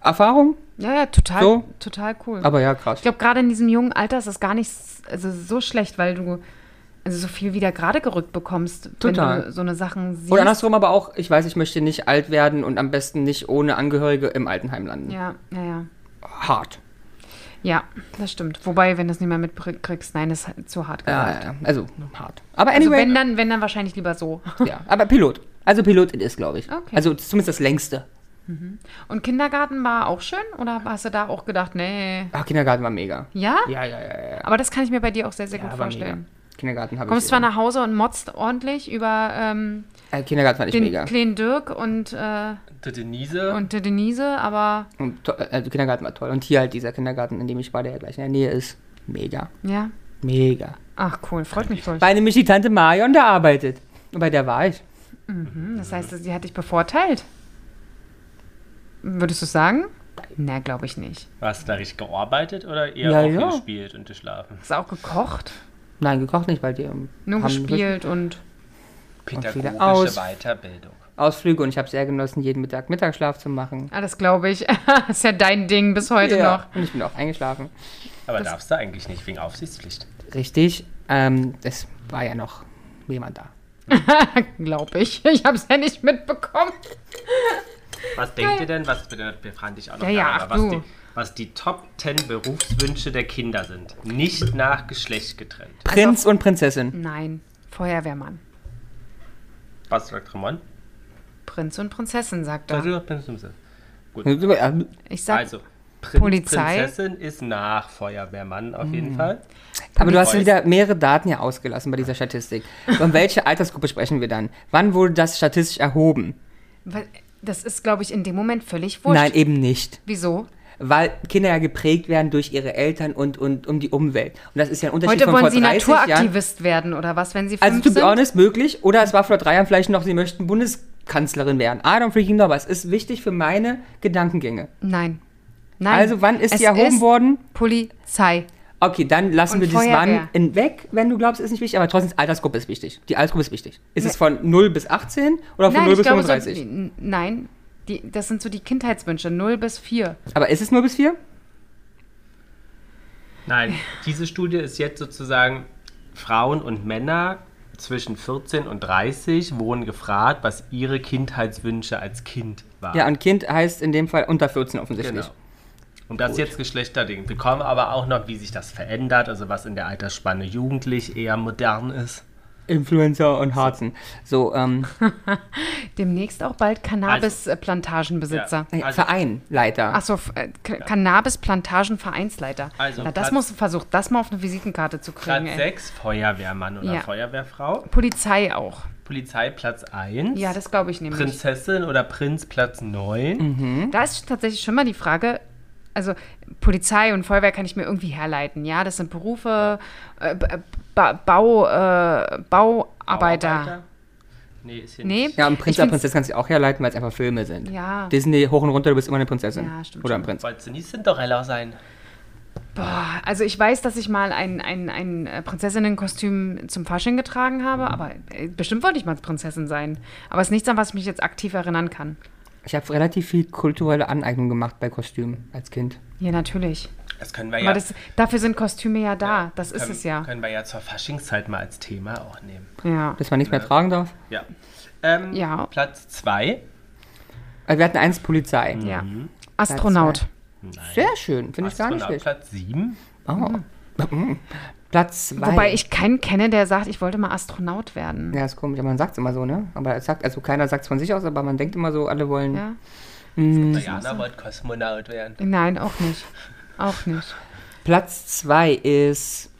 Erfahrung, Ja, ja, total, So. total cool. aber ja, krass. Ich glaube, gerade in diesem jungen Alter ist das gar nicht s- also so schlecht, weil du also so viel wieder gerade gerückt bekommst, Total. wenn du so eine Sachen siehst. Oder andersrum aber auch, ich weiß, ich möchte nicht alt werden und am besten nicht ohne Angehörige im Altenheim landen. Ja, ja, ja. Hart. Ja, das stimmt. Wobei, wenn du es nicht mehr mitkriegst, nein, ist halt zu hart Ja, gesagt. ja, also hart. Aber Also anyway, wenn dann, wenn dann wahrscheinlich lieber so. ja, aber Pilot. Also Pilot it ist, glaube ich. Okay. Also zumindest das längste. Und Kindergarten war auch schön oder hast du da auch gedacht, nee. Ach, Ah, Kindergarten war mega. Ja? Ja, ja, ja, ja. Aber das kann ich mir bei dir auch sehr, sehr ja gut war mega. vorstellen. Kindergarten habe ich. Kommst zwar nach Hause und motzt ordentlich über ähm, äh, Kindergarten fand ich den mega. kleinen Dirk und, äh, Die Denise. und die Denise, aber Und to- also Kindergarten war toll. Und hier halt dieser Kindergarten, in dem ich war, der ja gleich in der Nähe ist. Mega. ja. Mega. Ach cool, freut mich voll. Weil nämlich die Tante Marion da arbeitet. Und bei der war ich. Mhm, das heißt, sie hat dich bevorteilt? Würdest du es sagen? Na, glaube ich nicht. Hast du da richtig gearbeitet oder eher Ja, auch ja. gespielt und geschlafen? Hast du auch gekocht? Nein, gekocht nicht, weil die ähm, Nur haben gespielt und. viele Pädagogische Aus- Weiterbildung. Ausflüge und ich habe sehr genossen, jeden Mittag Mittagsschlaf zu machen. Ah, das glaube ich. ist ja dein Ding bis heute Ja. noch. Und ich bin auch eingeschlafen. Aber darfst du eigentlich nicht wegen Aufsichtspflicht. Richtig. Ähm, es war ja noch jemand da. Glaube ich. Ich habe es ja nicht mitbekommen. Was denkt ihr denn, was wir fragen dich auch noch Ja, ja, daran, ach aber was, du. die, was die Top 10 Berufswünsche der Kinder sind? Nicht nach Geschlecht getrennt. Prinz und Prinzessin. Nein, Feuerwehrmann. Was sagt Ramon? Prinz und Prinzessin, sagt Ja. er. Aber Ich sag, Also, Prinz, Polizei? Hm. Prinzessin ist nach Feuerwehrmann auf jeden Fall. du hast Weiß. wieder mehrere Daten ja ausgelassen bei dieser Statistik. Von welcher Altersgruppe sprechen wir dann? Wann wurde das statistisch erhoben? weil- das ist, glaube ich, in dem Moment völlig wurscht. Nein, eben nicht. Wieso? Weil Kinder ja geprägt werden durch ihre Eltern und, und um die Umwelt. Und das ist ja ein Unterschied Heute von vor wollen sie 30 Jahren. Naturaktivist werden oder was, wenn sie fünf Also, to be sind? honest, möglich. Oder es war vor drei Jahren vielleicht noch, sie möchten Bundeskanzlerin werden. I don't freaking know, aber es ist wichtig für meine Gedankengänge. Nein. Nein. Also, wann ist es sie erhoben ist worden? Polizei. Okay, dann lassen Und wir dieses Feuerwehr. Wann in- weg, wenn du glaubst, ist nicht wichtig, aber trotzdem, die Altersgruppe ist wichtig. Die Altersgruppe ist wichtig. Ist es von 0 bis 18 oder von Nein, 0 ich bis glaube, so, 35? n- nein, die, das sind so die Kindheitswünsche, 0 bis 4. Aber ist es 0 bis 4? Nein, diese Studie ist jetzt sozusagen Frauen und Männer zwischen 14 und 30 wurden gefragt, was ihre Kindheitswünsche als Kind waren. Ja, und Kind heißt in dem Fall unter 14 offensichtlich. Ah. genau. Und das ist jetzt Geschlechterding. Wir kommen aber auch noch, wie sich das verändert, also was in der Altersspanne jugendlich eher modern ist. Influencer und Harzen. So, ähm, Demnächst auch bald Cannabis-Plantagenbesitzer. äh, Also- Vereinleiter. Achso, äh, K- Cannabis-Plantagenvereinsleiter. Also, Na, das Platz- musst du versuchen, das mal auf eine Visitenkarte zu kriegen. Platz Ey. 6, Feuerwehrmann oder Ja. Feuerwehrfrau. Polizei auch. Polizei Platz 1. Ja, das glaube ich nämlich. Prinzessin oder Prinz Platz 9. Da ist tatsächlich schon mal die Frage, also Polizei und Feuerwehr kann ich mir irgendwie herleiten. Ja, das sind Berufe, äh, B- ba Bau, äh, Bauarbeiter. Nee, ist hier Nee? nicht. Ja, und Prinz Ich oder find's- Prinzessin kannst du auch herleiten, weil es einfach Filme sind. Ja. Disney hoch und runter, du bist immer eine Prinzessin. Ja, stimmt Oder ein schon. Prinz. Wolltest du nie Cinderella sein? Boah, also ich weiß, dass ich mal ein, ein, ein äh, Prinzessinnenkostüm zum Fasching getragen habe, aber äh, bestimmt wollte ich mal als Prinzessin sein. Aber es ist nichts, an was ich mich jetzt aktiv erinnern kann. Ich habe relativ viel kulturelle Aneignung gemacht bei Kostümen als Kind. Ja, natürlich. Das können wir ja. Aber das, dafür sind Kostüme ja da. Das ist können, es ja. Können wir ja zur Faschingszeit mal als Thema auch nehmen. Ja. Dass man nicht mehr tragen darf. Ja. Ähm, Ja. Platz 2. Also wir hatten eins Polizei. ja. Astronaut. Sehr schön, finde ich gar nicht schlecht. Platz 7. Oh. Mhm. Platz zwei. Wobei ich keinen kenne, der sagt, ich wollte mal Astronaut werden. Ja, ist komisch, aber man sagt es immer so, ne? Aber es sagt, also keiner sagt es von sich aus, aber man denkt immer so, alle wollen. Ja. Diana wollte Kosmonaut werden. Nein, auch nicht. Auch nicht. Platz zwei ist.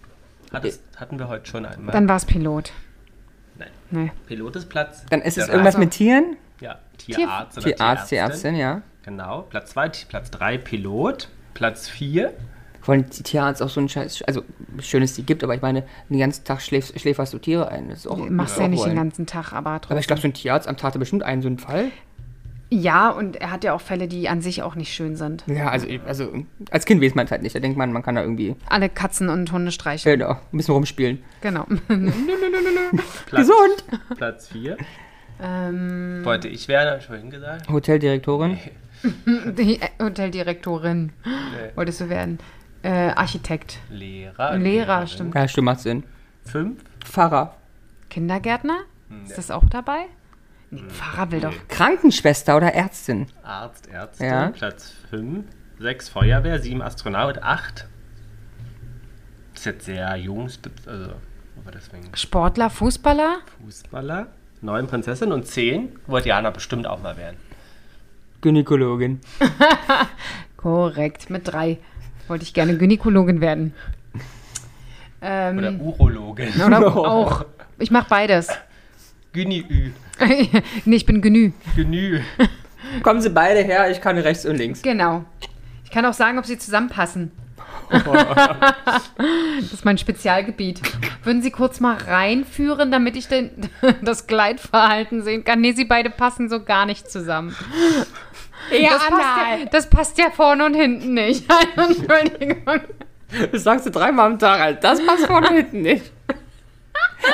Hat es, hatten wir heute schon einmal. Dann war es Pilot. Nein. Nee. Pilot ist Platz. Dann ist es drei. irgendwas Also- mit Tieren. Ja, Tierarzt oder Tierarzt, Tierärztin, ja. Genau. Platz 2, Platz 3 Pilot. Platz 4. Wollen die Tierarzt auch so einen Scheiß. Also, schön, dass es die gibt, aber ich meine, den ganzen Tag schläfst, schläferst du Tiere ein. Das ist auch, das Machst ist ja auch nicht den wollen. ganzen Tag, aber trotzdem. Aber ich glaube, so ein Tierarztamt hatte bestimmt einen so einen Fall. ja, und er hat ja auch Fälle, die an sich auch nicht schön sind. Ja, also, also als Kind weiß man es halt nicht. Da denkt man, man kann da irgendwie Alle Katzen und Hunde streicheln. genau, ein bisschen rumspielen. Genau. Platz, Gesund. Platz 4. ähm, Wollte ich werden, habe ich vorhin gesagt. Hoteldirektorin. die äh, Hoteldirektorin wolltest du werden. Äh, Architekt. Lehrer. Lehrer, stimmt. Ja, stimmt, macht Sinn. 5. Pfarrer. Kindergärtner? Ist das auch dabei? Nee, Pfarrer will doch. Krankenschwester oder Ärztin. Arzt, Ärztin. Ja. Platz 5. 6 Feuerwehr, 7 Astronaut, 8. Ist jetzt sehr jung, spitz- also aber deswegen Sportler, Fußballer? Fußballer. 9 Prinzessin und 10 wollte Jana bestimmt auch mal werden. Gynäkologin. Korrekt, mit drei. Wollte ich gerne Gynäkologin werden. Ähm, Oder Urologin. Oder auch. Ich mache beides. Gyni-Ü. nee, ich bin Genü. Genü. Kommen Sie beide her, ich kann rechts und links. Genau. Ich kann auch sagen, ob sie zusammenpassen. Das ist mein Spezialgebiet. Würden Sie kurz mal reinführen, damit ich den, das Gleitverhalten sehen kann? Nee, Sie beide passen so gar nicht zusammen. Ja, das, passt ja, das passt ja vorne und hinten nicht. Also, Entschuldigung. Das sagst du dreimal am Tag, Alter. Das passt vorne und hinten nicht.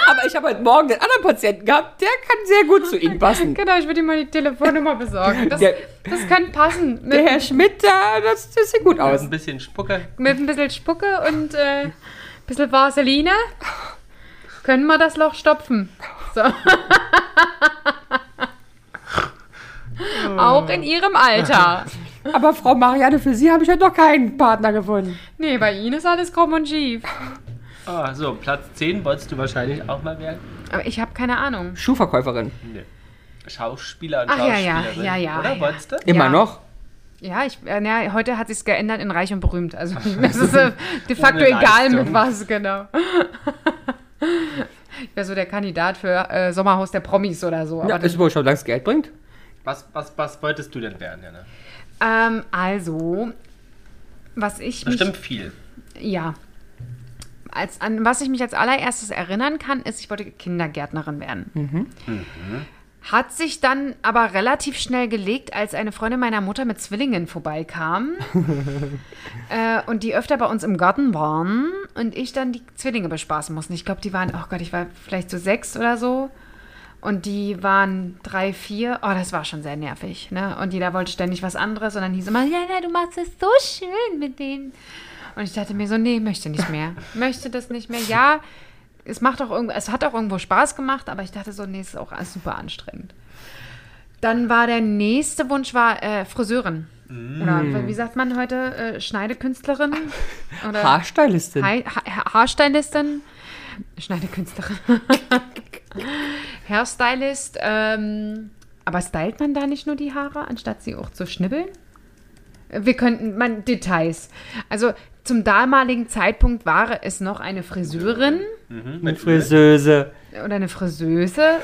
Aber ich habe heute Morgen den anderen Patienten gehabt, der kann sehr gut zu Ihnen passen. Genau, ich würde ihm mal die Telefonnummer besorgen. Das, Der- das kann passen. Der Mit, Herr Schmidt, da, das, das sieht gut aus. Ein bisschen Spucke. mit ein bisschen Spucke und äh, ein bisschen Vaseline können wir das Loch stopfen. So. Auch in ihrem Alter. Aber Frau Marianne, für Sie habe ich heute noch keinen Partner gefunden. Nee, bei Ihnen ist alles krumm und schief. Ah, so, Platz 10 wolltest du wahrscheinlich auch mal werden. Aber ich habe keine Ahnung. Schuhverkäuferin. Nee. Schauspieler und Ach, ja, ja, Schauspielerin. ja, ja, Oder ja. wolltest du? Immer Ja. noch. Ja, ich, äh, na, heute hat sich's geändert in Reich und Berühmt. Also das ist äh, de facto Ohne egal mit Leistung. was, genau. Ich wäre so der Kandidat für äh, Sommerhaus der Promis oder so. Ja, Aber das, ist wohl schon, solange es Geld bringt. Was, was, was wolltest du denn werden, Jana? ähm, also, was ich mich, Bestimmt viel. ja, als, an was ich mich als allererstes erinnern kann, ist, ich wollte Kindergärtnerin werden. Hat sich dann aber relativ schnell gelegt, als eine Freundin meiner Mutter mit Zwillingen vorbeikam äh, und die öfter bei uns im Garten waren und ich dann die Zwillinge bespaßen musste. Ich glaube, die waren, oh Gott, ich war vielleicht so sechs oder so und die waren drei, vier. Oh, das war schon sehr nervig. Ne? Und jeder wollte ständig was anderes und dann hieß immer, ja, ja, du machst es so schön mit denen. Und ich dachte mir so, nee, möchte nicht mehr. Möchte das nicht mehr. Ja, es macht auch irgendwo, es hat auch irgendwo Spaß gemacht, aber ich dachte so, nee, es ist auch alles super anstrengend. Dann war der nächste Wunsch war äh, Friseurin. Oder wie sagt man heute? Äh, Schneidekünstlerin? Oder Haarstylistin. Hai- ha Haarstylistin? Schneidekünstlerin. Hairstylist. Ähm, aber stylt man da nicht nur die Haare, anstatt sie auch zu schnibbeln? Wir könnten, man, Details. Also zum damaligen Zeitpunkt war es noch eine Friseurin Mhm, Eine Friseuse. oder eine Friseuse.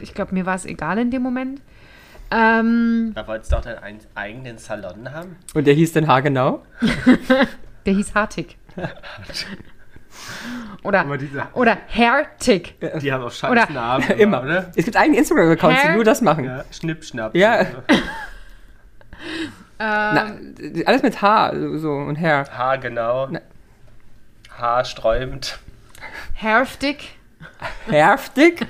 Ich glaube, mir war es egal in dem Moment. Ähm, Da wolltest du auch deinen ein- eigenen Salon haben? Und der hieß denn genau? Haargenau? der hieß Hartig. oder, Aber diese- oder Hertig. Die haben auch scheiß Oder- Namen. Immer. Oder? Es gibt einen Instagram-Account, die Hair- nur das machen. ne? Ja, Schnipp, Schnapp. Ja. Na, Ähm, alles mit Haar so und Hair. Haar genau. Na. Haar strömt. Herftig. Herftig?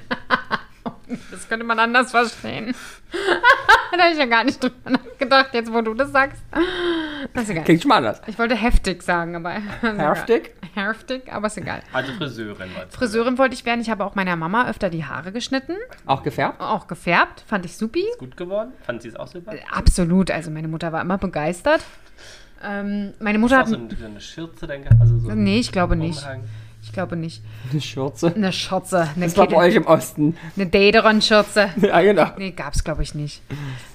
Das könnte man anders verstehen. da habe ich ja gar nicht drüber nachgedacht, jetzt wo du das sagst. Das ist egal. Klingt schon mal anders. Ich wollte heftig sagen, aber. Herftig? Heftig, aber ist egal. Also Friseurin wolltest du Friseurin wollte ich werden. Ich habe auch meiner Mama öfter die Haare geschnitten, Auch gefärbt? auch gefärbt. Fand ich supi. werden. Gut geworden? Fand sie es auch super? Ist Absolut. Also meine Mutter war immer begeistert. Ähm, meine Mutter auch hat. so eine, so eine Schürze, denke ich. Also so ein Nee, ich glaube nicht. Umhang. Ich glaube nicht. Eine Schürze. Eine Schürze, eine, Das war bei Kittel- euch im Osten. eine Dederon-Schürze. Ja, genau. Nee, gab's glaube ich nicht.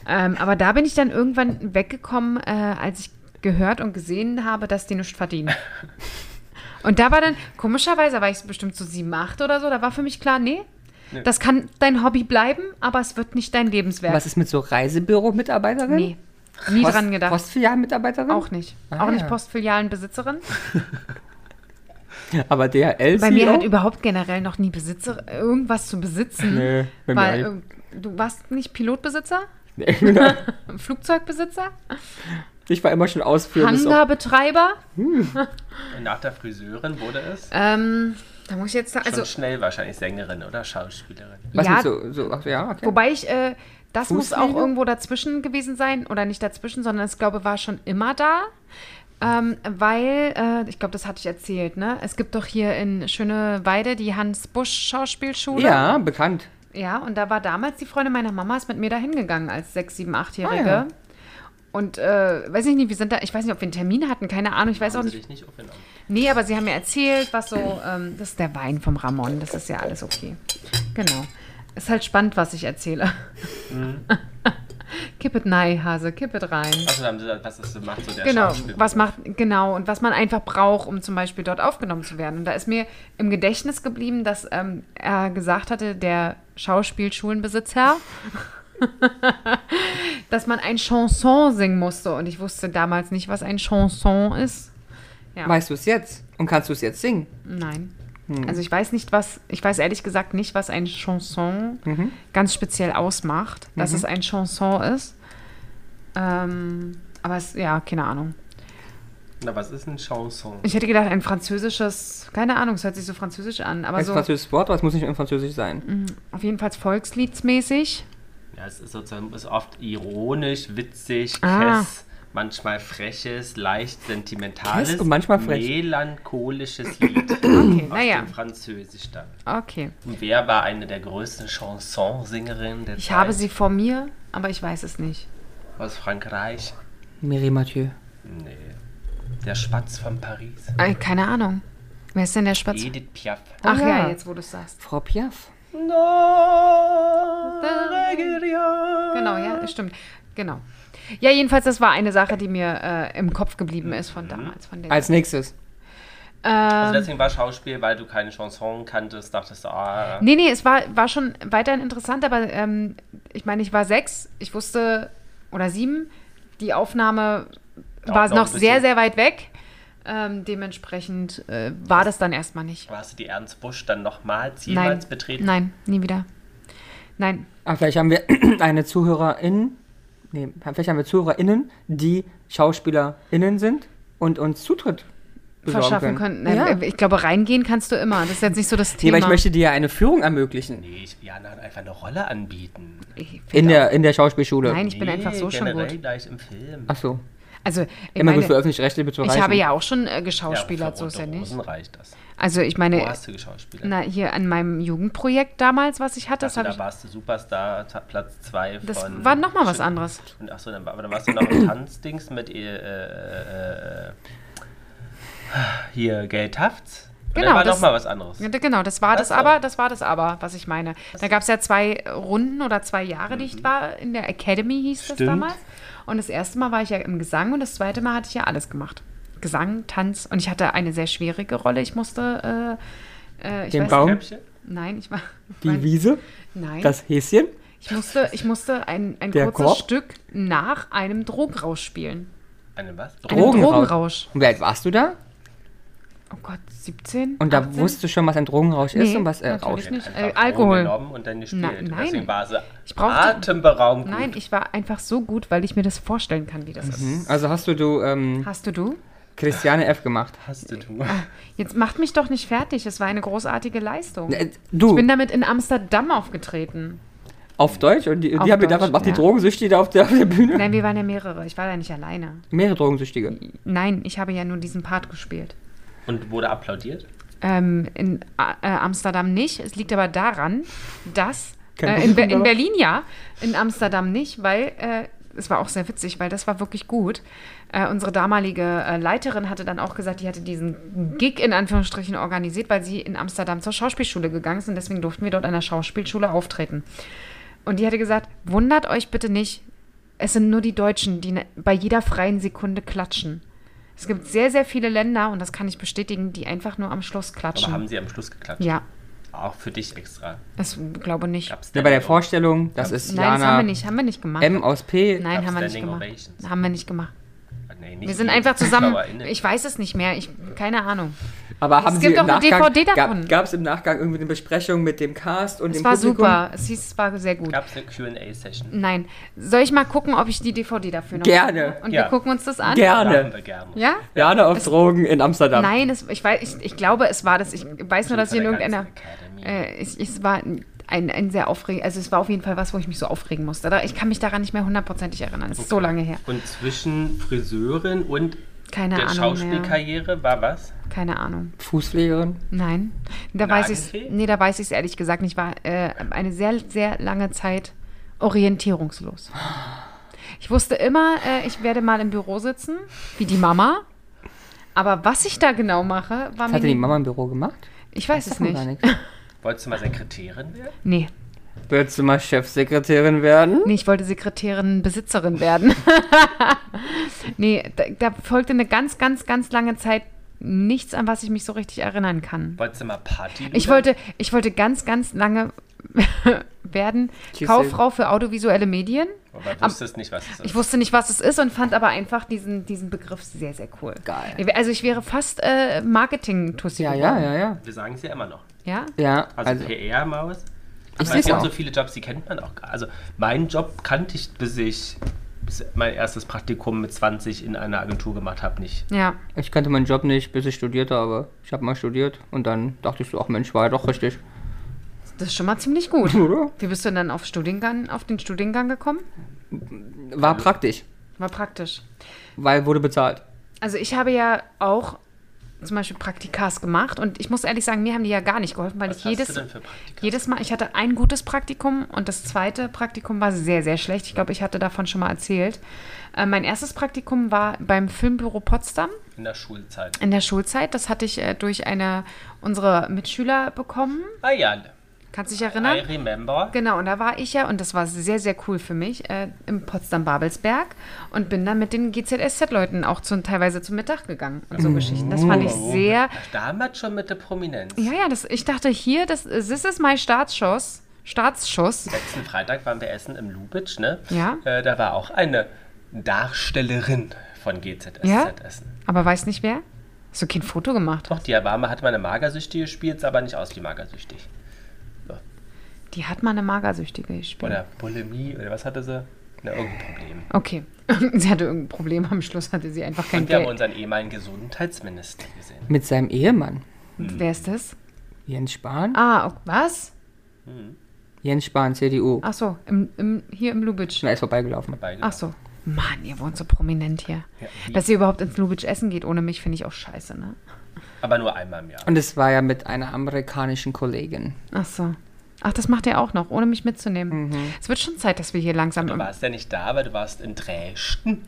Ähm, aber da bin ich dann irgendwann weggekommen, äh, als ich gehört und gesehen habe, dass die nichts verdienen. Und da war dann, komischerweise war ich bestimmt so sieben, acht oder so, da war für mich klar, nee, das kann dein Hobby bleiben, aber es wird nicht dein Lebenswerk. Was ist mit so Reisebüro-Mitarbeiterin? nee, nie Post- dran gedacht. Postfilialmitarbeiterin? Auch nicht. Ah, auch nicht ja. Postfilialenbesitzerin. Aber DHL Bei mir CEO? hat überhaupt generell noch nie Besitzer, irgendwas zu besitzen. Nee, bei mir weil auch äh, du warst nicht Pilotbesitzer, Nee, genau. Flugzeugbesitzer, Ich war immer schon ausführendes. Hangarbetreiber. Und nach der Friseurin wurde es Ähm, da muss ich jetzt, da- also, schon schnell wahrscheinlich Sängerin oder Schauspielerin. Was ja, mit so, so, ach, ja, okay. wobei ich, äh, das muss auch Fußpflege? irgendwo dazwischen gewesen sein oder nicht dazwischen, sondern es, glaube war schon immer da. Ähm, weil, äh, ich glaube, das hatte ich erzählt, ne? Es gibt doch hier in Schöneweide die Hans-Busch-Schauspielschule. ja, bekannt. Ja, und da war damals die Freundin meiner Mama ist mit mir da hingegangen als 6, 7, 8-Jährige. Ah, ja. Und äh, weiß ich nicht, wir sind da, ich weiß nicht, ob wir einen Termin hatten, keine Ahnung, ich weiß auch Haben sie nicht. dich nicht aufgenommen. Nee, aber sie haben mir erzählt, was so. Ähm, das ist der Wein vom Ramon, das ist ja alles okay. Genau. Ist halt spannend, was ich erzähle. kipp it nein, Hase, kipp it rein. Achso, Also haben sie gesagt, was das so macht, so der Genau, Schauspieler. was macht, genau, und was man einfach braucht, um zum Beispiel dort aufgenommen zu werden. Und da ist mir im Gedächtnis geblieben, dass ähm, er gesagt hatte, der Schauspielschulenbesitzer, dass man ein Chanson singen musste. Und ich wusste damals nicht, was ein Chanson ist. Ja. Weißt du es jetzt? Und kannst du es jetzt singen? Nein. Hm. Also ich weiß nicht, was, ich weiß ehrlich gesagt nicht, was ein Chanson Mhm. ganz speziell ausmacht, dass es ein Chanson ist. Ähm, aber es, ja, keine Ahnung. Na, was ist ein Chanson? Ich hätte gedacht, ein französisches, keine Ahnung, es hört sich so französisch an, aber Ein so französisches Wort, aber es muss nicht in Französisch sein. auf jeden Fall volksliedsmäßig. Ja, es ist sozusagen ist oft ironisch, witzig, Ah. kess, manchmal freches, leicht sentimentales, Kess und manchmal frech. melancholisches Lied Okay, aus naja, dem Französisch dann. okay. Und wer war eine der größten Chansonsängerinnen der Ich Zeit habe sie vor mir, aber ich weiß es nicht. aus Frankreich? Mireille Mathieu. Nee. Der Spatz von Paris. Äh, keine Ahnung. Wer ist denn der Spatz? Edith Piaf. Ach ja. ja. jetzt wo du es sagst. Frau Piaf. Genau, ja, stimmt. Genau. Ja, jedenfalls, das war eine Sache, die mir äh, im Kopf geblieben ist von damals. Von der Ähm, Als nächstes. Mhm. Also deswegen war Schauspiel, weil du keine Chanson kanntest, dachtest du, ah, Nee, nee, es war, war schon weiterhin interessant, aber ähm, ich meine, ich war sechs, ich wusste, oder sieben, die Aufnahme Dauert war noch noch ein bisschen. sehr, sehr weit weg. Ähm, dementsprechend äh, war das dann erstmal nicht. hast du die Ernst Busch dann nochmals Nein, jemals betreten? nein, nie wieder. Nein, Aber Ah, vielleicht haben wir eine Zuhörerin, nee, vielleicht haben wir ZuhörerInnen, die SchauspielerInnen sind und uns Zutritt besorgen verschaffen können. können. Ja. Nein, äh, Ich glaube, reingehen kannst du immer. Das ist jetzt nicht so das Nee, Thema. aber ich möchte dir ja eine Führung ermöglichen. Nee, ich will Jana einfach eine Rolle anbieten. Ich find In auch- der, in der Schauspielschule. Nein, ich bin nee, einfach so schon generell gut. gleich im Film. Ach so. Also, ich, Immer meine, gut für öffentlich-rechtliche zu ich habe reichen. ja auch schon äh, Ja, geschauspielert, so für ist ja Rote nicht. Rosen reicht das. Also, ich Wo meine, hast du geschauspielert? Na, hier an meinem Jugendprojekt damals, was ich hatte, das, Achso, da habe warst du Superstar, Ta- Platz 2 von... ich. Das war nochmal was anderes. Und achso, dann, war- aber dann warst du noch im Tanzdings mit ihr, äh, äh, äh, hier, Geld Hafts. Und Genau, Dann war das- nochmal was anderes. Ja, d- Genau, das war Das das aber, das war das aber, was ich meine. Da gab es ja zwei Runden oder zwei Jahre, die ich war. In der Academy hieß das Stimmt. damals. Und das erste Mal war ich ja im Gesang und das zweite Mal hatte ich ja alles gemacht. Gesang, Tanz und ich hatte eine sehr schwierige Rolle. Ich musste, äh, äh, ich Den weiß, Baum, Käppchen? nein, ich war, die Wiese, nein, das Häschen. ich musste, ich musste ein, ein Der kurzes Korb? Stück nach einem Drogenrausch spielen. Eine was? Einem Drogenrausch. Drogenrausch. Und wie alt warst du da? Oh Gott, 17? Und da 18? wusstest du schon, was ein Drogenrausch ist Nee, und was äh, natürlich Rausch. nicht. Einfach Äh, Alkohol. genommen und dann gespielt. Na- nein. Deswegen war sie Ich brauchte- atemberaubend gut. Nein, ich war einfach so gut, weil ich mir das vorstellen kann, wie das ist. Also hast du, du ähm, Hast du du? Christiane F. gemacht. Hast du Ah. du. Jetzt macht mich doch nicht fertig. Es war eine großartige Leistung. Äh, Ich Du, bin damit in Amsterdam aufgetreten. auf Deutsch? Und die, Auf die haben gedacht, was Deutsch, macht die ja. Drogensüchtige da auf der, auf der Bühne? Nein, wir waren ja mehrere. Ich war ja nicht alleine. Mehrere Drogensüchtige. Nein, ich habe ja nur diesen Part gespielt. Und wurde applaudiert? Ähm, in A- äh, Amsterdam nicht. Es liegt aber daran, dass Kein äh, in, Be Problem, in aber- Berlin ja, in Amsterdam nicht, weil äh, es war auch sehr witzig, weil das war wirklich gut. Äh, unsere damalige äh, Leiterin hatte dann auch gesagt, die hatte diesen Gig in Anführungsstrichen organisiert, weil sie in Amsterdam zur Schauspielschule gegangen ist und deswegen durften wir dort an der Schauspielschule auftreten. Und die hatte gesagt, wundert euch bitte nicht, es sind nur die Deutschen, die ne- bei jeder freien Sekunde klatschen. Es gibt sehr, sehr viele Länder, und das kann ich bestätigen, die einfach nur am Schluss Aber klatschen. haben sie am Schluss geklatscht? ja, Auch für dich extra. das glaube nicht. Gab's Ja, bei der Standing- Vorstellung, das ist Nein, das haben wir Jana nicht, haben wir nicht gemacht. M aus P. Nein, haben wir nicht Standing gemacht. Ovations. Haben wir nicht gemacht. Ah, nee, nicht Wir sind die einfach zusammen. ZuschauerInnen. Ich weiß es nicht mehr. Ich, keine Ahnung. Aber haben Es sie gibt im auch eine Nachgang, DVD davon. Gab es im Nachgang irgendwie eine Besprechung mit dem Cast und Es dem war Publikum? super. Es hieß, es war sehr gut. Gab's eine QA-Session? Nein. Soll ich mal gucken, ob ich die DVD dafür noch Gerne. habe? Und Ja. wir gucken uns das an. Gerne. Machen wir gerne. Ja? Jana auf Drogen in Amsterdam. Nein, es, ich, weiß, ich, ich glaube, es war das. Ich weiß nur, dass ich in Von der irgendeiner. ganzen Academy. Äh, ich, es war ein, ein, ein sehr aufregend. Also, es war auf jeden Fall was, wo ich mich so aufregen musste. Da- Ich kann mich daran nicht mehr hundertprozentig erinnern. Es ist so lange her. Und zwischen Friseurin und Keine der Ahnung. Mehr. Schauspielkarriere war was? Keine Ahnung. Fußpflegerin. Nein, da weiß ich Nagelfee? nee, da weiß ich es ehrlich gesagt nicht. Ich war äh, eine sehr, sehr lange Zeit orientierungslos. Ich wusste immer, äh, ich werde mal im Büro sitzen, wie die Mama. Aber was ich da genau mache, war Was mir hatte die nie, Mama im Büro gemacht? ich weiß es Sag mir nicht. gar nichts. Wolltest du mal Sekretärin werden? Nee, Willst du mal Chefsekretärin werden? nee, ich wollte Sekretärin, Besitzerin werden. nee, da, da folgte eine ganz, ganz, ganz lange Zeit nichts, an was ich mich so richtig erinnern kann. Wolltest du mal Party Ich wollte, ich wollte ganz, ganz lange werden. Tschüss. Kauffrau für audiovisuelle Medien. Aber du wusstest nicht, was es ist. Ich wusste nicht, was es ist und fand aber einfach diesen, diesen Begriff sehr, sehr cool. Geil. Also ich wäre fast äh, Marketing-Tussi Ja, ja, geworden. ja, ja. Wir sagen es ja immer noch. ja. Ja, Also, also, PR-Maus. ich Weil sehe es es gibt auch. so viele Jobs, die kennt man auch gar Also meinen Job kannte ich, bis ich bis mein erstes Praktikum mit 20 in einer Agentur gemacht habe, nicht. Ja. Ich kannte meinen Job nicht, bis ich studiert habe. Ich habe mal studiert und dann dachte ich so, ach Mensch, war ja doch richtig. Das ist schon mal ziemlich gut. Oder? Wie bist du denn dann auf, Studiengang, auf den Studiengang gekommen? War praktisch, War praktisch. weil wurde bezahlt. Also ich habe ja auch zum Beispiel Praktikas gemacht und ich muss ehrlich sagen, mir haben die ja gar nicht geholfen, weil Was ich hast jedes, du denn für Praktika? jedes Mal, ich hatte ein gutes Praktikum und das zweite Praktikum war sehr, sehr schlecht. Ich glaube, ich hatte davon schon mal erzählt. Äh, mein erstes Praktikum war beim Filmbüro Potsdam In der Schulzeit. in der Schulzeit. Das hatte ich äh, durch eine unsere Mitschüler bekommen. Ah ja, Kannst du dich erinnern? I remember. Genau, und da war ich ja, und das war sehr, sehr cool für mich, äh, im Potsdam-Babelsberg und bin dann mit den GZSZ-Leuten auch zum, teilweise zum Mittag gegangen und so Geschichten. Das fand ich Oh. sehr. Damals schon mit der Prominenz. Ja, ja, das, ich dachte hier, das, this is my Staatsschuss. Staatsschuss. Letzten Freitag waren wir essen im Lubitsch, ne? Ja. Äh, da war auch eine Darstellerin von GZSZ Ja? essen. Aber weiß nicht wer? Hast du kein Foto gemacht? Doch, die Abame hat mal eine Magersüchtige gespielt, sah aber nicht aus wie magersüchtig. Die hat mal eine Magersüchtige gespielt. Oder Bulimie, oder was hatte sie? Na, irgendein Problem. Okay. sie hatte irgendein Problem am Schluss, hatte sie einfach kein Und wir haben Geld. unseren ehemaligen Gesundheitsminister gesehen. Mit seinem Ehemann, Wer ist das? Jens Spahn. Ah, ok- was? Jens Spahn, CDU. Ach so, im, im, hier im Lubitsch. Er ist vorbeigelaufen. Beide. Ach so. Mann, ihr wohnt so prominent hier. Ja. Dass ihr überhaupt ins Lubitsch essen geht ohne mich, finde ich auch scheiße, ne? Aber nur einmal im Jahr. Und es war ja mit einer amerikanischen Kollegin. Ach so. Ach, das macht ihr auch noch, ohne mich mitzunehmen. Mhm. Es wird schon Zeit, dass wir hier langsam... Du warst ja nicht da, aber du warst in Dresden.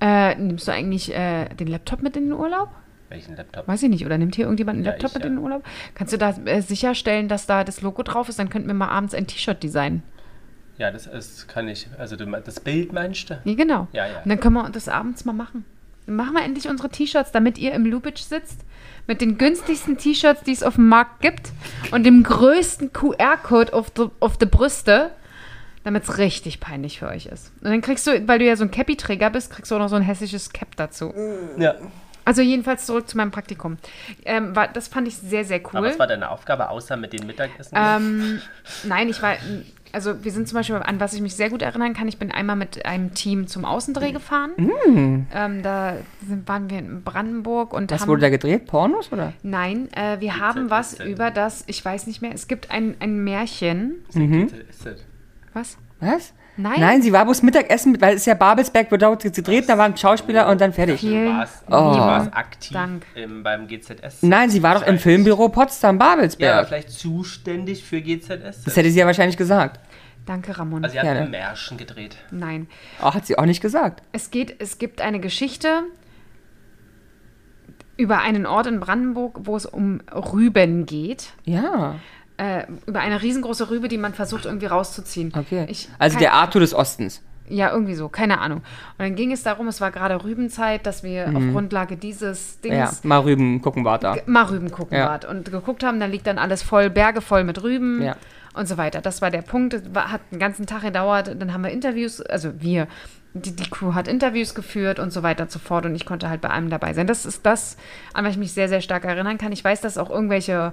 Äh, nimmst du eigentlich äh, den Laptop mit in den Urlaub? Welchen Laptop? Weiß ich nicht. Oder nimmt hier irgendjemand einen Ja, Laptop ich, äh, mit ja. in den Urlaub? Kannst du da äh, sicherstellen, dass da das Logo drauf ist? Dann könnten wir mal abends ein T-Shirt designen. Ja, das ist, kann ich. Also du, me- das Bild meinst du? Ja, genau. Ja, ja. Und dann können wir das abends mal machen. Dann machen wir endlich unsere T-Shirts, damit ihr im Lubitsch sitzt, mit den günstigsten T-Shirts, die es auf dem Markt gibt und dem größten QR-Code auf die auf die Brüste, damit es richtig peinlich für euch ist. Und dann kriegst du, weil du ja so ein Cappy-Träger bist, kriegst du auch noch so ein hessisches Cap dazu. Ja. Also jedenfalls zurück zu meinem Praktikum. Ähm, war, das fand ich sehr, sehr cool. Aber was war deine Aufgabe, außer mit dem Mittagessen? Ähm, nein, ich war, also wir sind zum Beispiel, an was ich mich sehr gut erinnern kann, ich bin einmal mit einem Team zum Außendreh gefahren. Ähm, da sind, waren wir in Brandenburg und Mm. Was haben... wurde da gedreht? Pornos oder? Nein, äh, wir haben was GZSZ. über das, ich weiß nicht mehr, es gibt ein, ein Märchen. GZSZ. Was? Was? Nein. Nein, sie war bloß Mittagessen, mit- weil es ist ja Babelsberg, wird dort gedreht, da waren Schauspieler und dann fertig. Vielen Du warst, du Oh. warst aktiv Dank. Im, ähm, beim GZSZ. Nein, sie war doch im Wahrscheinlich. Filmbüro Ja, aber Potsdam-Babelsberg. vielleicht zuständig für GZSZ. das hätte sie ja wahrscheinlich gesagt. Danke, Ramon. also, ihr Ja, habt ne. im Märschen gedreht. nein. Oh, hat sie auch nicht gesagt. Es geht, es gibt eine Geschichte über einen Ort in Brandenburg, wo es um Rüben geht. Ja, Äh, über eine riesengroße Rübe, die man versucht irgendwie rauszuziehen. okay. Ich- also kein- der Arthur des Ostens. Ja, irgendwie so, keine Ahnung. Und dann ging es darum, es war gerade Rübenzeit, dass wir auf Grundlage dieses Ja, Dings mal rüben, gucken war da. mal Rüben gucken Mhm. Ja. wart und geguckt haben, dann liegt dann alles voll, Berge voll mit Rüben Ja. und so weiter. Das war der Punkt, das war, hat den ganzen Tag gedauert, dann haben wir Interviews, also wir, die, die Crew hat Interviews geführt und so weiter und so fort und ich konnte halt bei einem dabei sein. Das ist das, an was ich mich sehr, sehr stark erinnern kann. Ich weiß, dass es auch irgendwelche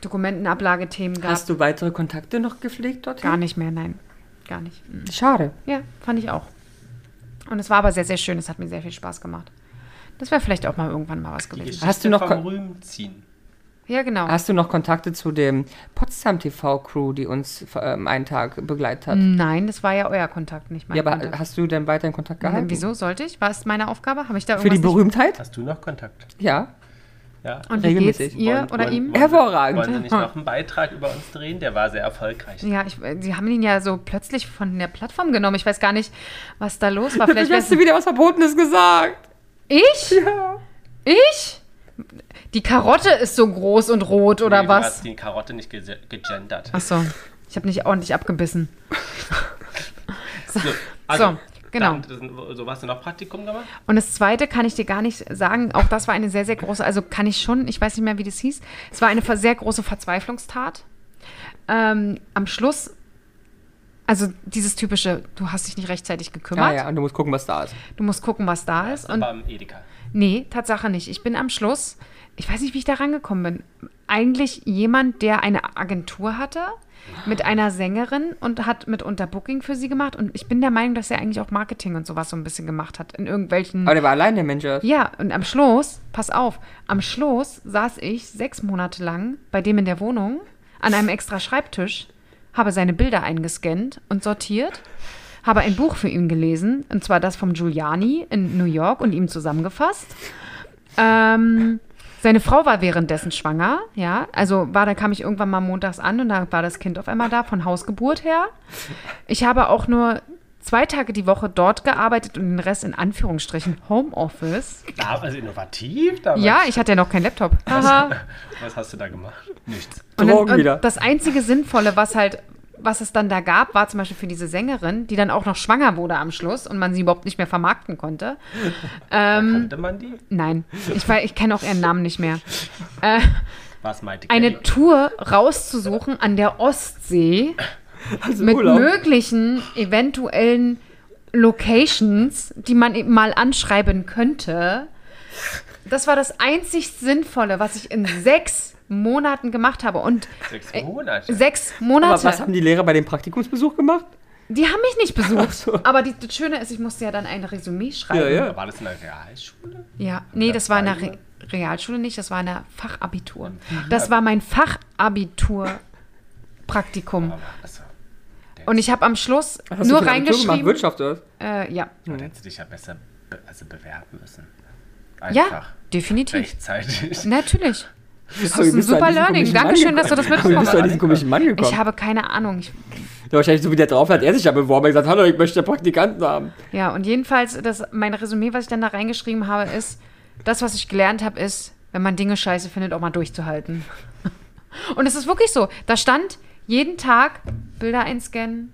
Dokumentenablagethemen gab. Hast du weitere Kontakte noch gepflegt dorthin? Gar nicht mehr, nein, gar nicht. nicht. Schade. Ja, fand ich auch. Und es war aber sehr, sehr schön. Es hat mir sehr viel Spaß gemacht. Das wäre vielleicht auch mal irgendwann mal was gewesen. Geschichte Hast du noch vom Ko- Rühm ziehen? Ja, genau. Hast du noch Kontakte zu dem Potsdam TV-Crew, die uns ähm, einen Tag begleitet hat? Nein, das war ja euer Kontakt, nicht mein Ja, aber Kontakt. hast du denn weiterhin Kontakt gehalten? Wieso sollte ich? War es meine Aufgabe? Habe ich da Für die irgendwas Berühmtheit? Hast du noch Kontakt? Ja. Ja. nicht? Und wie geht's regelmäßig? ihr Wollen- oder wollen- ihm? wollen- Hervorragend. Wollen Sie nicht noch einen Beitrag über uns drehen? Der war sehr erfolgreich. Ja, ich, äh, sie haben ihn ja so plötzlich von der Plattform genommen. Ich weiß gar nicht, was da los war. Vielleicht Vielleicht hast wär's, du wieder was Verbotenes gesagt. ich? Ich? Die Karotte ist so groß und rot oder Nee, Du was? hast die Karotte nicht ge gegendert. Ach so, ich habe nicht ordentlich abgebissen. so, so, genau. also, Dann, so hast du noch Praktikum gemacht? Und das zweite kann ich dir gar nicht sagen. Auch das war eine sehr, sehr große, also kann ich schon, ich weiß nicht mehr, wie das hieß. Es war eine ver- sehr große Verzweiflungstat. Ähm, am Schluss, also dieses typische, du hast dich nicht rechtzeitig gekümmert. Ah ja, und du musst gucken, was da ist. Du musst gucken, was da ist. Das Und war im Edeka. nee, Tatsache nicht. Ich bin am Schluss, ich weiß nicht, wie ich da rangekommen bin. Eigentlich jemand, der eine Agentur hatte mit einer Sängerin und hat mitunter Booking für sie gemacht. Und ich bin der Meinung, dass er eigentlich auch Marketing und sowas so ein bisschen gemacht hat. In irgendwelchen. Aber der war allein, der Mensch. Ja, und am Schluss, pass auf, am Schluss saß ich sechs Monate lang bei dem in der Wohnung an einem extra Schreibtisch, habe seine Bilder eingescannt und sortiert, habe ein Buch für ihn gelesen, und zwar das vom Giuliani in New York und ihm zusammengefasst. Ähm, seine Frau war währenddessen schwanger, ja. Also war, da kam ich irgendwann mal montags an und da war das Kind auf einmal da, von Hausgeburt her. Ich habe auch nur zwei Tage die Woche dort gearbeitet und den Rest in Anführungsstrichen Homeoffice. Da, also innovativ damals. Ja, ich hatte ja noch keinen Laptop. Haha. Was hast du da gemacht? Nichts. Und dann, Drogen und wieder. das einzige Sinnvolle, was halt, was es dann da gab, war zum Beispiel für diese Sängerin, die dann auch noch schwanger wurde am Schluss und man sie überhaupt nicht mehr vermarkten konnte. Ähm, Kannte man die? Nein, ich, wei- ich kenne auch ihren Namen nicht mehr. Was meinte Eine Kelly? Tour rauszusuchen an der Ostsee Also mit möglichen eventuellen Locations, die man eben mal anschreiben könnte. Das war das einzig Sinnvolle, was ich in sechs Monaten gemacht habe. Und Sechs Monate. sechs Aber Monate. was haben die Lehrer bei dem Praktikumsbesuch gemacht? Die haben mich nicht besucht. Ach so. Aber die, das Schöne ist, ich musste ja dann ein Resümee schreiben. Ja, War das in der Realschule? Ja, nee, das war in der Re Realschule nicht, das war in der Mhm. Fachabitur. Das war mein Fachabitur-Praktikum. Aber, also, Und ich habe am Schluss Ah, Hast nur du für ein Abitur gemacht? reingeschrieben. Wirtschaft oder? was? Äh, ja. da hättest du dich ja besser be also bewerben müssen. ja, Einfach. definitiv. Rechtzeitig. Natürlich. Das Aber wie ist ein bist du an diesen super Learning. komischen Dankeschön, Mann dass du das gekommen? Aber wie mitbekommen bist du an hast. diesen komischen Mann gekommen? Ich habe keine Ahnung. Ich Ja, wahrscheinlich so wie der drauf hat, er sich ja beworben, er hat gesagt, hallo, ich möchte Praktikanten haben. Ja, und jedenfalls, das, mein Resümee, was ich dann da reingeschrieben habe, ist, das, was ich gelernt habe, ist, wenn man Dinge scheiße findet, auch mal durchzuhalten. Und es ist wirklich so. Da stand jeden Tag Bilder einscannen,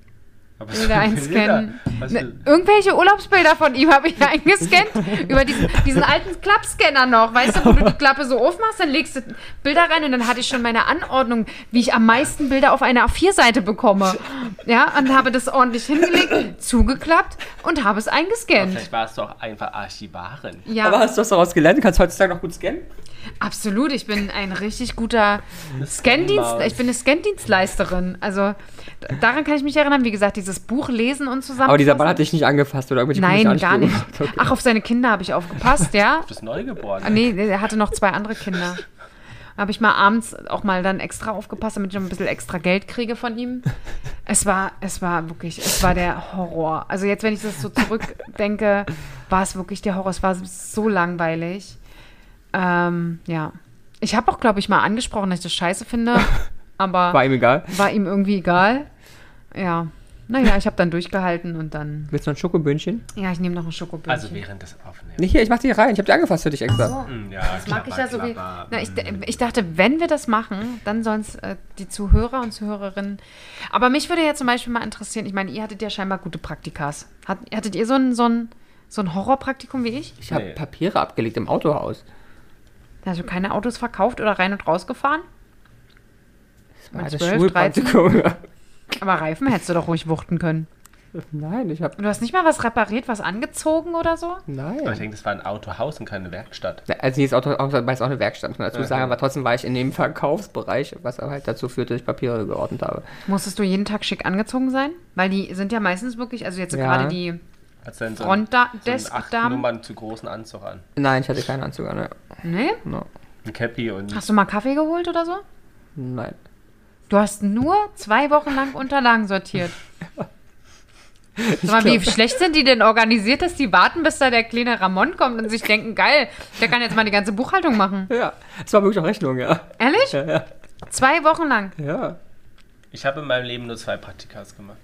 Aber so Bilder einscannen. Was Ne, für- irgendwelche Urlaubsbilder von ihm habe ich eingescannt. über diesen, diesen alten Klappscanner noch. Weißt du, wo du die Klappe so aufmachst, dann legst du Bilder rein und dann hatte ich schon meine Anordnung, wie ich am meisten Bilder auf einer A4-Seite bekomme. Ja, und habe das ordentlich hingelegt, zugeklappt und habe es eingescannt. Vielleicht warst du auch einfach Archivarin. Ja, Aber hast du was daraus gelernt? Du kannst heutzutage noch gut scannen? absolut. Ich bin ein richtig guter Scandienst. Scanmaus. Ich bin eine Scandienstleisterin. Also d- daran kann ich mich erinnern. Wie gesagt, dieses Buch lesen und zusammen. Aber dieser Mann hat dich nicht angefasst oder irgendwelche Nein, komischen gar nicht. Anspielungen gemacht. Okay. Ach, auf seine Kinder habe ich aufgepasst, ja. Du bist neugeboren. Ah, nee, er hatte noch zwei andere Kinder. Habe ich mal abends auch mal dann extra aufgepasst, damit ich noch ein bisschen extra Geld kriege von ihm. Es war, es war wirklich, es war der Horror. Also jetzt, wenn ich das so zurückdenke, war es wirklich der Horror. Es war so langweilig. Ähm, ja. Ich habe auch, glaube ich, mal angesprochen, dass ich das scheiße finde, aber War ihm egal. war ihm irgendwie egal. Ja. Naja, ich habe dann durchgehalten und dann. Willst du noch ein Schokobündchen? Ja, ich nehme noch ein Schokobündchen. Also während des Aufnehmens. Nee, hier, ich mach die rein. Ich hab die angefasst für dich extra. Hm, Ja, das Oh, Mag ich ja so wie. Na, ich, ich dachte, wenn wir das machen, dann sollen es äh, die Zuhörer und Zuhörerinnen. Aber mich würde ja zum Beispiel mal interessieren, ich meine, ihr hattet ja scheinbar gute Praktikas. Hat, hattet ihr so ein, so ein, so ein Horrorpraktikum wie ich? Ich habe Nee. Papiere abgelegt im Autohaus. Also keine Autos verkauft oder rein und rausgefahren? Das Mit war 12, 13? Schulpraktikum. Aber Reifen hättest du doch ruhig wuchten können. Nein, ich hab. Und du hast nicht mal was repariert, was angezogen oder so? Aber ich Nein. denke, das war ein Autohaus und keine Werkstatt. Also hier ist Autohaus war es auch eine Werkstatt, muss man dazu sagen, aber trotzdem war ich in dem Verkaufsbereich, was aber halt dazu führte, dass ich Papiere geordnet habe. Musstest du jeden Tag schick angezogen sein? Weil die sind ja meistens wirklich, also jetzt Ja. gerade die. Hat dann so Front- da- Desk- acht Damen? Nummern zu großen Anzug an. Nein, ich hatte keinen Anzug an. ne. Ne? No. Ein Cappy und Hast du mal Kaffee geholt oder so? Nein. Du hast nur zwei Wochen lang Unterlagen sortiert. Sag mal, wie glaub- schlecht sind die denn organisiert, dass die warten, bis da der kleine Ramon kommt und sich denken, geil, der kann jetzt mal die ganze Buchhaltung machen. Ja, es war wirklich auch Rechnung, ja. Ehrlich? Ja, ja. Zwei Wochen lang. ja. ich habe in meinem Leben nur zwei Praktikas gemacht.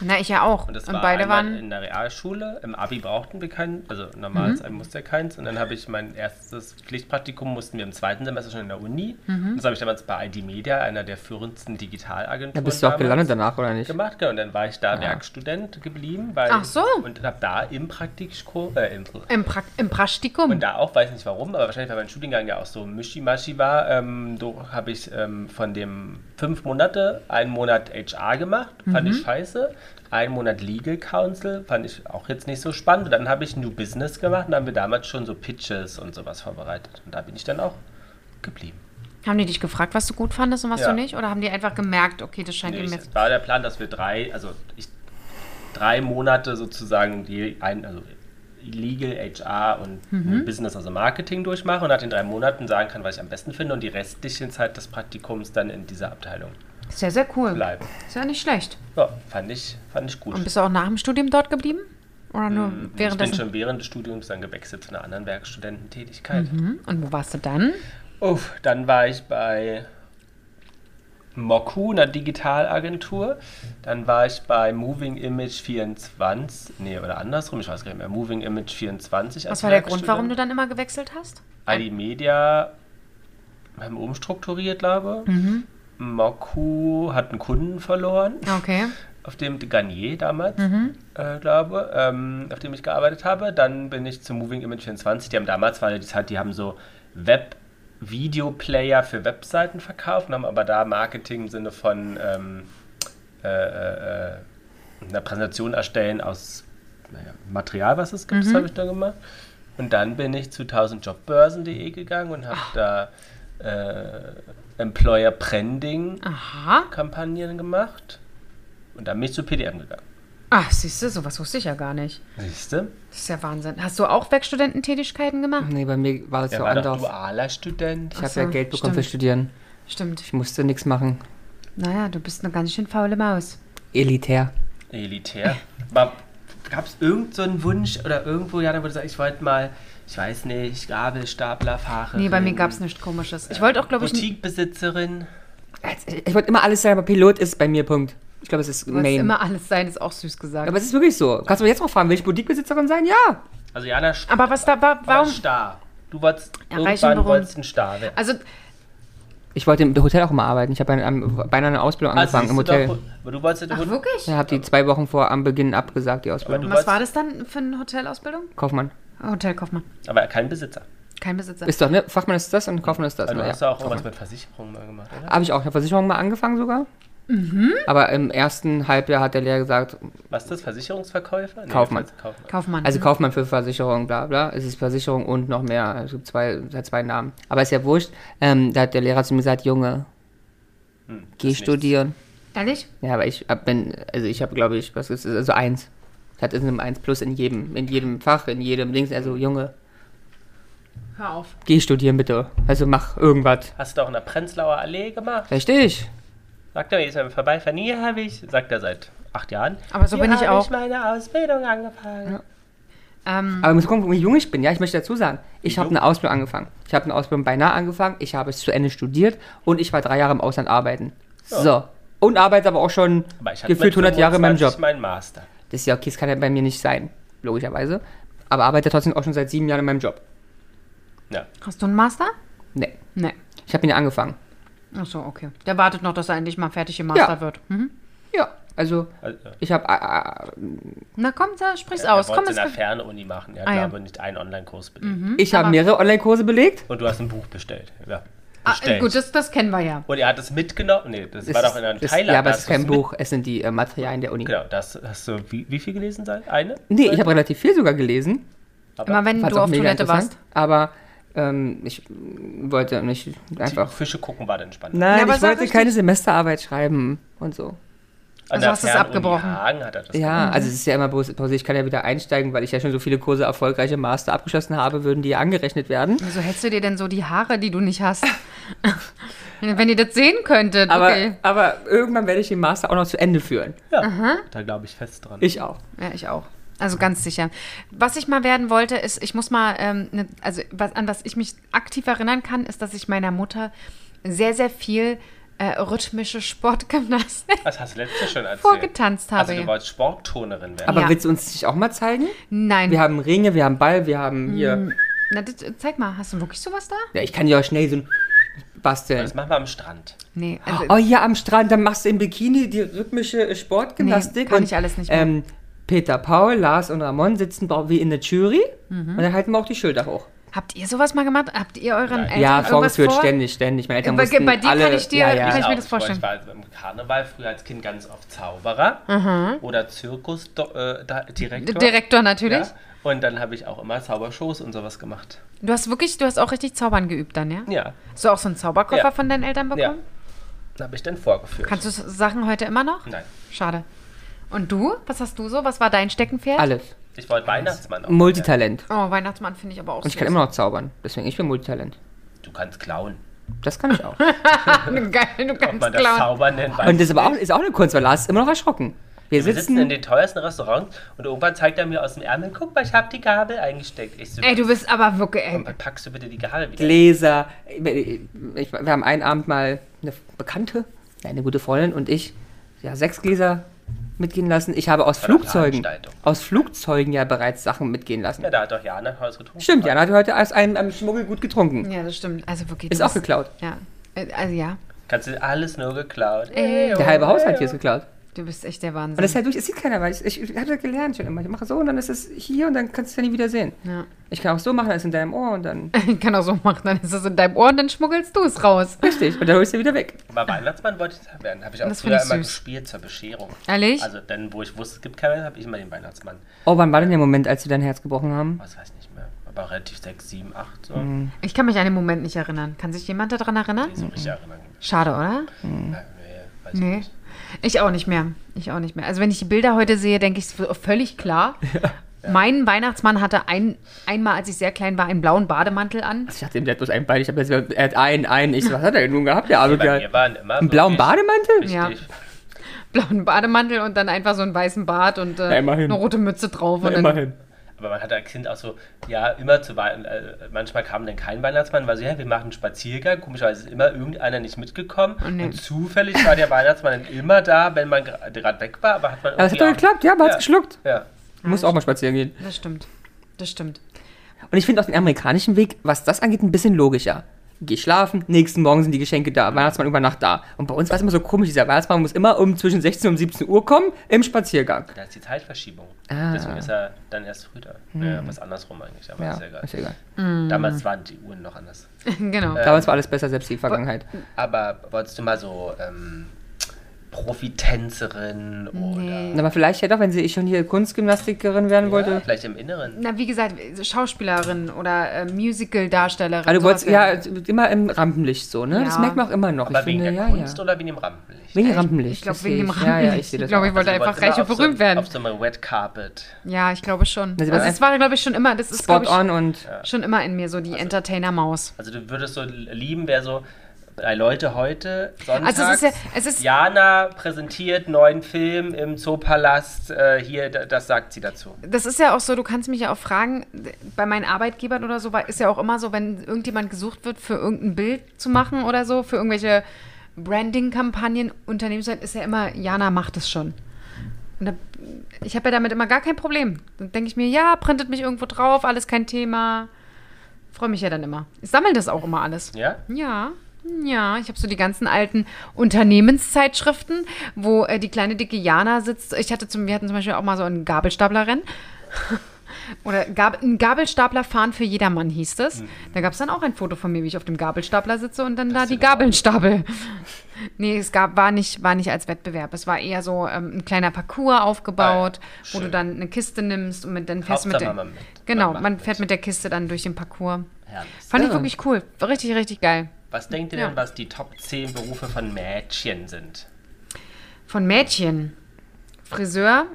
Na, ich ja auch. Und Und, das war beide einmal waren. in der Realschule. Im Abi brauchten wir keinen, also normal mhm. musste ja keins. Und dann habe ich mein erstes Pflichtpraktikum, mussten wir im zweiten Semester schon in der Uni. Mhm. Und das habe ich damals bei ID Media, einer der führendsten Digitalagenturen. Da bist du auch damals, gelandet Ah. danach, oder nicht? gemacht. Genau. Und dann war ich da Werkstudent geblieben. Weil Ach so. Und habe da im Praktikum, äh, im, Im, Prakt Im Praktikum. Und da auch, weiß nicht warum, aber wahrscheinlich, weil mein Studiengang ja auch so Mischimaschi war, ähm, so habe ich ähm, von dem fünf Monate, einen Monat HR gemacht, fand ich scheiße. Einen Monat Legal Counsel, fand ich auch jetzt nicht so spannend. Und dann habe ich New Business gemacht und da haben wir damals schon so Pitches und sowas vorbereitet. Und da bin ich dann auch geblieben. Haben die dich gefragt, was du gut fandest und was Ja. du nicht? Oder haben die einfach gemerkt, okay, das scheint Nee, ihm ich, jetzt. es war der Plan, dass wir drei, also ich, drei Monate sozusagen die ein, also Legal, HR und Mhm. Business, also Marketing durchmache und nach den drei Monaten sagen kann, was ich am besten finde und die restliche Zeit des Praktikums dann in dieser Abteilung Ist ja sehr cool. bleiben. Ist ja nicht schlecht. Ja, fand ich, fand ich gut. Und bist du auch nach dem Studium dort geblieben? Oder nur Hm, ich bin währenddessen? schon während des Studiums dann gewechselt zu einer anderen Werkstudententätigkeit. Hm? Und wo warst du dann? Uff, dann war ich bei Moku, einer Digitalagentur. Dann war ich bei Moving Image 24, nee, oder andersrum, ich weiß gar nicht mehr, Moving Image 24. Was war der Grund, warum du dann immer gewechselt hast? ID Media haben umstrukturiert, glaube ich. Mhm. Moku hat einen Kunden verloren, Okay. auf dem Garnier damals, äh, glaube ähm, auf dem ich gearbeitet habe. Dann bin ich zu Moving Image 24, die haben damals, weil die, halt, die haben so Web- Videoplayer für Webseiten verkauft und haben aber da Marketing im Sinne von ähm, äh, äh, äh, einer Präsentation erstellen aus naja, Material, was es gibt, das habe ich da gemacht. Und dann bin ich zu 1000jobbörsen.de gegangen und habe da äh, Employer Branding Aha. Kampagnen gemacht und dann bin ich zu PDM gegangen. Ach, Ah, siehst du, sowas wusste ich ja gar nicht. Siehst du? Das ist ja Wahnsinn. Hast du auch Werkstudententätigkeiten gemacht? Nee, bei mir war das Der so war doch anders. dualer Student. Ich habe so, ja Geld bekommen stimmt. für Studieren. Stimmt. Ich musste nichts machen. Naja, du bist eine ganz schön faule Maus. Elitär. Elitär. Gab es irgendeinen so einen Wunsch oder irgendwo, ja, da wurde gesagt, ich wollte mal, ich weiß nicht, Gabelstapler, Fahrerin. Nee, bei Also, mir gab es nichts Komisches. Ich wollte auch, glaube ich, n- Boutiquebesitzerin. Als- Also, Ich wollte immer alles sein, aber Pilot ist bei mir Punkt. Ich glaube, es ist du wolltest Main. immer alles sein, ist auch süß gesagt. Aber es ist wirklich so. Kannst du mich jetzt noch fragen, will ich Boutiquebesitzerin sein? Ja. Also Jana, Sch- Aber was da war, war warum? Star. Du wolltest Ja, reich und irgendwann berühmt. wolltest ein Star werden. Also, Ich wollte im Hotel auch immer arbeiten. Ich habe bei einem- beinahe eine Ausbildung angefangen im Also, Hotel. siehst du Doch, aber du wolltest ach wirklich? Ja, habe die zwei Wochen vor am Beginn abgesagt, die aber, Ausbildung. du Was wolltest, war das dann für eine Hotelausbildung? Kaufmann. Hotelkaufmann. aber kein Besitzer. Kein Besitzer. Ist doch, ne? Fachmann ist das und Kaufmann ist das. Also, du Na hast ja. ja auch irgendwas mit Versicherungen mal gemacht, oder? Habe ich auch eine Versicherung mal angefangen sogar. Aber im ersten Halbjahr hat der Lehrer gesagt, Was ist das? Versicherungsverkäufer? Nee, Kaufmann. Kaufmann. Kaufmann. also Kaufmann für Versicherung, bla bla. Es ist Versicherung und noch mehr. Es gibt zwei, es hat zwei Namen. Aber ist ja wurscht. Ähm, da hat der Lehrer zu mir gesagt, Junge, geh Hm, nichts. studieren. Ehrlich? Ja, aber ich hab, bin, also ich habe, glaube ich, was ist also eins. Hat in einem Eins plus in jedem, in jedem Fach, in jedem Dings. Also Junge, Hör auf. geh studieren bitte. Also mach irgendwas. Hast du auch in der Prenzlauer Allee gemacht? Richtig. Sagt er, ist er vorbei. Von hier habe ich, sagt er seit acht Jahren. Aber so hier bin ich habe auch. ich meine Ausbildung angefangen. Ähm, Aber ich muss gucken, wie jung ich bin. Ja, ich möchte dazu sagen, ich Wie habe jung? eine Ausbildung angefangen. Ich habe eine Ausbildung beinahe angefangen. Ich habe es zu Ende studiert und ich war drei Jahre im Ausland arbeiten. So. Und arbeite aber auch schon Aber ich hatte gefühlt mit 100 Jahre in meinem 25 Job. meinen Master. Das ist ja okay, das kann ja bei mir nicht sein, logischerweise. Aber arbeite trotzdem auch schon seit sieben Jahren in meinem Job. Ja. hast du einen Master? Nee. Nee. Ich habe ihn ja angefangen. Achso, okay. Der wartet noch, dass er endlich mal fertig im Master Ja. wird. Mhm. Ja, also Also, ja. ich habe äh, Na komm, da sprich's Er aus. wollte Komm, es es in der gibt- Fernuni machen. Er Ah, hat ja. aber nicht einen Online-Kurs belegt. äh, ich habe mehrere Online-Kurse belegt. Und du hast ein Buch bestellt. Ja. Ah, Bestellt. gut, das, das kennen wir ja. Und er hat es mitgenommen. Nee, das war Es doch in einem ist- Thailand. Ja, aber da es hast ist du kein mit- Buch, es sind die äh, Materialien der Uni. Genau, das hast du wie, wie viel gelesen? Sein? Eine? Nee, ich habe relativ viel sogar gelesen. Aber Immer wenn Fand's du auch auf mega Toilette interessant, warst. Aber ähm, ich wollte nicht die einfach. Fische gucken war dann spannend. Nein, Ja, aber ich sag wollte richtig. keine Semesterarbeit schreiben und so. An Also der hast du es Fernuni abgebrochen. Hagen hat er das gemacht. Ja, also es ist ja immer bloß Pause. Ich kann ja wieder einsteigen, weil ich ja schon so viele Kurse erfolgreich im Master abgeschlossen habe, würden die ja angerechnet werden. Wieso hältst du dir denn so die Haare, die du nicht hast? Wenn ihr das sehen könntet. Aber, okay. aber irgendwann werde ich den Master auch noch zu Ende führen. Ja, da glaube ich fest dran. Ich auch. Ja, ich auch. Also ganz sicher. Was ich mal werden wollte, ist, ich muss mal, ähm, ne, also was, an was ich mich aktiv erinnern kann, ist, dass ich meiner Mutter sehr, sehr viel äh, rhythmische Sportgymnastik das hast du letztes Jahr schon erzählt. Vorgetanzt habe Also du ich. wolltest Sporttonerin werden. Aber Ja. willst du uns dich auch mal zeigen? Nein. Wir haben Ringe, wir haben Ball, wir haben Mm. hier. Na, das, zeig mal, hast du wirklich sowas da? Ja, ich kann dir auch schnell so ein basteln. Das machen wir am Strand. Nee. Also, Oh ja, am Strand, dann machst du im Bikini die rhythmische äh, Sportgymnastik. Nee, kann und, ich alles nicht mehr. Mhm. Ähm, Peter, Paul, Lars und Ramon sitzen wie in der Jury und dann halten wir auch die Schulter hoch. Habt ihr sowas mal gemacht? Habt ihr euren Nein. Eltern Ja, irgendwas vorgeführt, vor? ständig, ständig. Meine Eltern Bei- mussten bei dir alle, kann ich dir- ja, ja. kann ich mir auch. das Ich vorstellen? war also beim Karneval früher als Kind ganz oft Zauberer Mhm. oder Zirkusdirektor. Äh, da- Direktor. Direktor natürlich. Ja. Und dann habe ich auch immer Zaubershows und sowas gemacht. Du hast wirklich, du hast auch richtig Zaubern geübt dann, ja? Ja, Hast du auch so einen Zauberkoffer Ja. von deinen Eltern ja. bekommen? Habe ich dann vorgeführt. Kannst du so Sachen heute immer noch? Nein. Schade. Und du? Was hast du so? Was war dein Steckenpferd? Alles. Ich wollte Weihnachtsmann auch. Multitalent. Oh, Weihnachtsmann finde ich aber auch Und ich kann immer noch zaubern. Deswegen, ich bin Multitalent. Du kannst klauen. Das kann ich auch. Geil, du Ob kannst man das klauen. Zaubern nennt, weiß Und das ist aber auch, ist auch eine Kunst, weil Lars ist immer noch erschrocken. Wir Wir sitzen in sitzen. den teuersten Restaurants und irgendwann zeigt er mir aus dem Ärmel, guck mal, ich habe die Gabel eingesteckt. Ich so, Ey, du bist aber wirklich. Ey, "Komm, packst du bitte die Gabel wieder? Gläser. Ich, wir haben einen Abend mal eine Bekannte, eine gute Freundin und ich, ja, sechs Gläser mitgehen lassen. Ich habe aus Bei der Flugzeugen, Veranstaltung. aus Flugzeugen ja bereits Sachen mitgehen lassen. Ja, da hat doch Jana Haus getrunken. Stimmt, Jana hat heute aus einem ähm, Schmuggel gut getrunken. ja, das stimmt. Also wirklich. Ist du auch bist- geklaut. Ja. Äh, Also ja. Kannst du alles nur geklaut. Ey, Der halbe Haushalt hier ist geklaut. du bist echt der Und das ist Wahnsinn. halt durch, es sieht keiner, weil ich, ich, ich habe das gelernt schon immer. Ich mache so und dann ist es hier und dann kannst du es ja nie wieder sehen. Ja. Ich kann auch so machen, dann ist es in deinem Ohr und dann. Ich kann auch so machen, dann ist es in deinem Ohr und dann schmuggelst du es raus. Richtig, und dann holst du wieder weg. Aber Weihnachtsmann wollte ich werden. Habe ich auch Das früher find ich immer süß. gespielt zur Bescherung. Ehrlich? Also dann, wo ich wusste, es gibt keinen, habe ich immer den Weihnachtsmann. Oh, wann war denn der Moment, als wir dein Herz gebrochen haben? Was weiß ich nicht mehr. Aber relativ 6, 7, 8 so. Mhm. Ich kann mich an den Moment nicht erinnern. Kann sich jemand daran erinnern? So richtig erinnern. Schade, oder? Äh, Nee, weiß ich Mhm. Nee. nicht. Ich auch nicht mehr. Ich auch nicht mehr. Also wenn ich die Bilder heute sehe, denke ich, es ist völlig klar. Mein Weihnachtsmann hatte ein, einmal, als ich sehr klein war, einen blauen Bademantel an. Ich dachte, ihm, der hat bloß ein Bein. Ich habe jetzt, er hat einen, einen. Ich so, was hat er denn nun gehabt, also der arme Bei Kerl? mir waren immer Einen blauen wirklich Bademantel? Ja. richtig- Blauen Bademantel und dann einfach so einen weißen Bart und äh, Na, immerhin. eine rote Mütze drauf. Na, und dann, immerhin. Aber man hat als Kind auch so, ja, immer zu Weihnachten, äh, manchmal kam dann kein Weihnachtsmann, weil so, ja, wir machen einen Spaziergang, komischerweise ist immer irgendeiner nicht mitgekommen. Oh, nee. Und zufällig war der Weihnachtsmann dann immer da, wenn man gerade weg war, aber hat man Aber es hat irgendwie doch auch- geklappt, ja, aber hat's geschluckt. Ja. Muss auch mal spazieren gehen. Das stimmt. Das stimmt. Und ich finde auch den amerikanischen Weg, was das angeht, ein bisschen logischer. Geh schlafen, nächsten Morgen sind die Geschenke da, Weihnachtsmann über Nacht da. Und bei uns war es immer so komisch, dieser Weihnachtsmann muss immer um zwischen 16 und 17 Uhr kommen, im Spaziergang. Da ist die Zeitverschiebung. Ah. Hm. Deswegen ist er dann erst früh da. Naja, was andersrum eigentlich, aber Ja, also, ist ja egal. ist egal. Damals waren die Uhren noch anders. genau. Damals war alles besser, selbst die Vergangenheit. Aber wolltest du mal so ähm, Profitänzerin oder Aber vielleicht ja doch, wenn sie ich schon hier Kunstgymnastikerin werden ja, wollte. vielleicht im Inneren? Na, wie gesagt, Schauspielerin oder äh, Musical-Darstellerin. Also du sowas wolltest genau. ja wäre- immer im Rampenlicht so, ne? Das Ja. merkt man auch immer noch. Aber ich wegen finde, der ja, Kunst ja. oder wegen dem Rampenlicht? Wegen Rampenlicht. Ich glaube, das wegen sehe dem ich. Ja, ja, Rampenlicht. ich sehe ich das glaube, auch. ich wollte Also, du einfach wolltest reich immer und auf so- berühmt werden. Auf so einem Red Carpet. Ja, ich glaube schon. Also, Also, was das war, glaube ich, schon immer, das ist, Spot glaub Also on und ich, schon immer in mir, so die Also Entertainer-Maus. Also du würdest so lieben, wer so drei Leute heute, Sonntag. Also es ist ja, es ist, Jana präsentiert neuen Film im Zoopalast. Äh, hier, da- das sagt sie dazu. das ist ja auch so, du kannst mich ja auch fragen, bei meinen Arbeitgebern oder so, war- ist ja auch immer so, wenn irgendjemand gesucht wird, für irgendein Bild zu machen oder so, für irgendwelche Branding-Kampagnen, Unternehmensseite, ist ja immer, Jana macht es schon. Und da, ich habe ja damit immer gar kein Problem. Dann denke ich mir, ja, printet mich irgendwo drauf, alles kein Thema. Freue mich ja dann immer. Ich sammle das auch immer alles. Ja? Ja, ja. Ich habe so die ganzen alten Unternehmenszeitschriften, wo äh, die kleine dicke Jana sitzt. Ich hatte zum, wir hatten zum Beispiel auch mal so einen Gabelstaplerrennen. Oder Gab, ein Gabelstaplerfahren für jedermann hieß es. Mhm. Da gab es dann auch ein Foto von mir, wie ich auf dem Gabelstapler sitze und dann da die Gabeln stapel. nee, es gab, war, nicht, war nicht als Wettbewerb. Es war eher so ähm, ein kleiner Parcours aufgebaut, Ah ja, wo du schön. dann eine Kiste nimmst und mit, dann fährst du mit Hauptsache, der. man macht- genau, man man, macht fährt mit der Kiste dann durch den Parcours. Herrlich. Fand Ja. ich wirklich cool. War Richtig, richtig geil. Was denkt ihr Ja. denn, was die Top 10 Berufe von Mädchen sind? Von Mädchen. Friseur.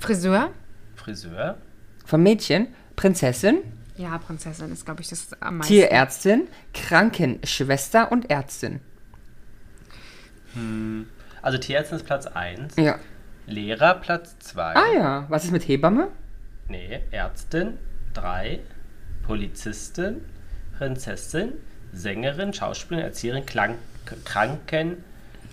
Friseur? Friseur, von Mädchen, Prinzessin, Ja, Prinzessin ist, glaube ich, das am meisten. Tierärztin, Krankenschwester und Ärztin. also Tierärztin ist Platz 1, Ja. Lehrer Platz 2, Ah ja, was ist mit Hebamme? nee, Ärztin 3, Polizistin, Prinzessin, Sängerin, Schauspielerin, Erzieherin, Klang, Krankenpflegerin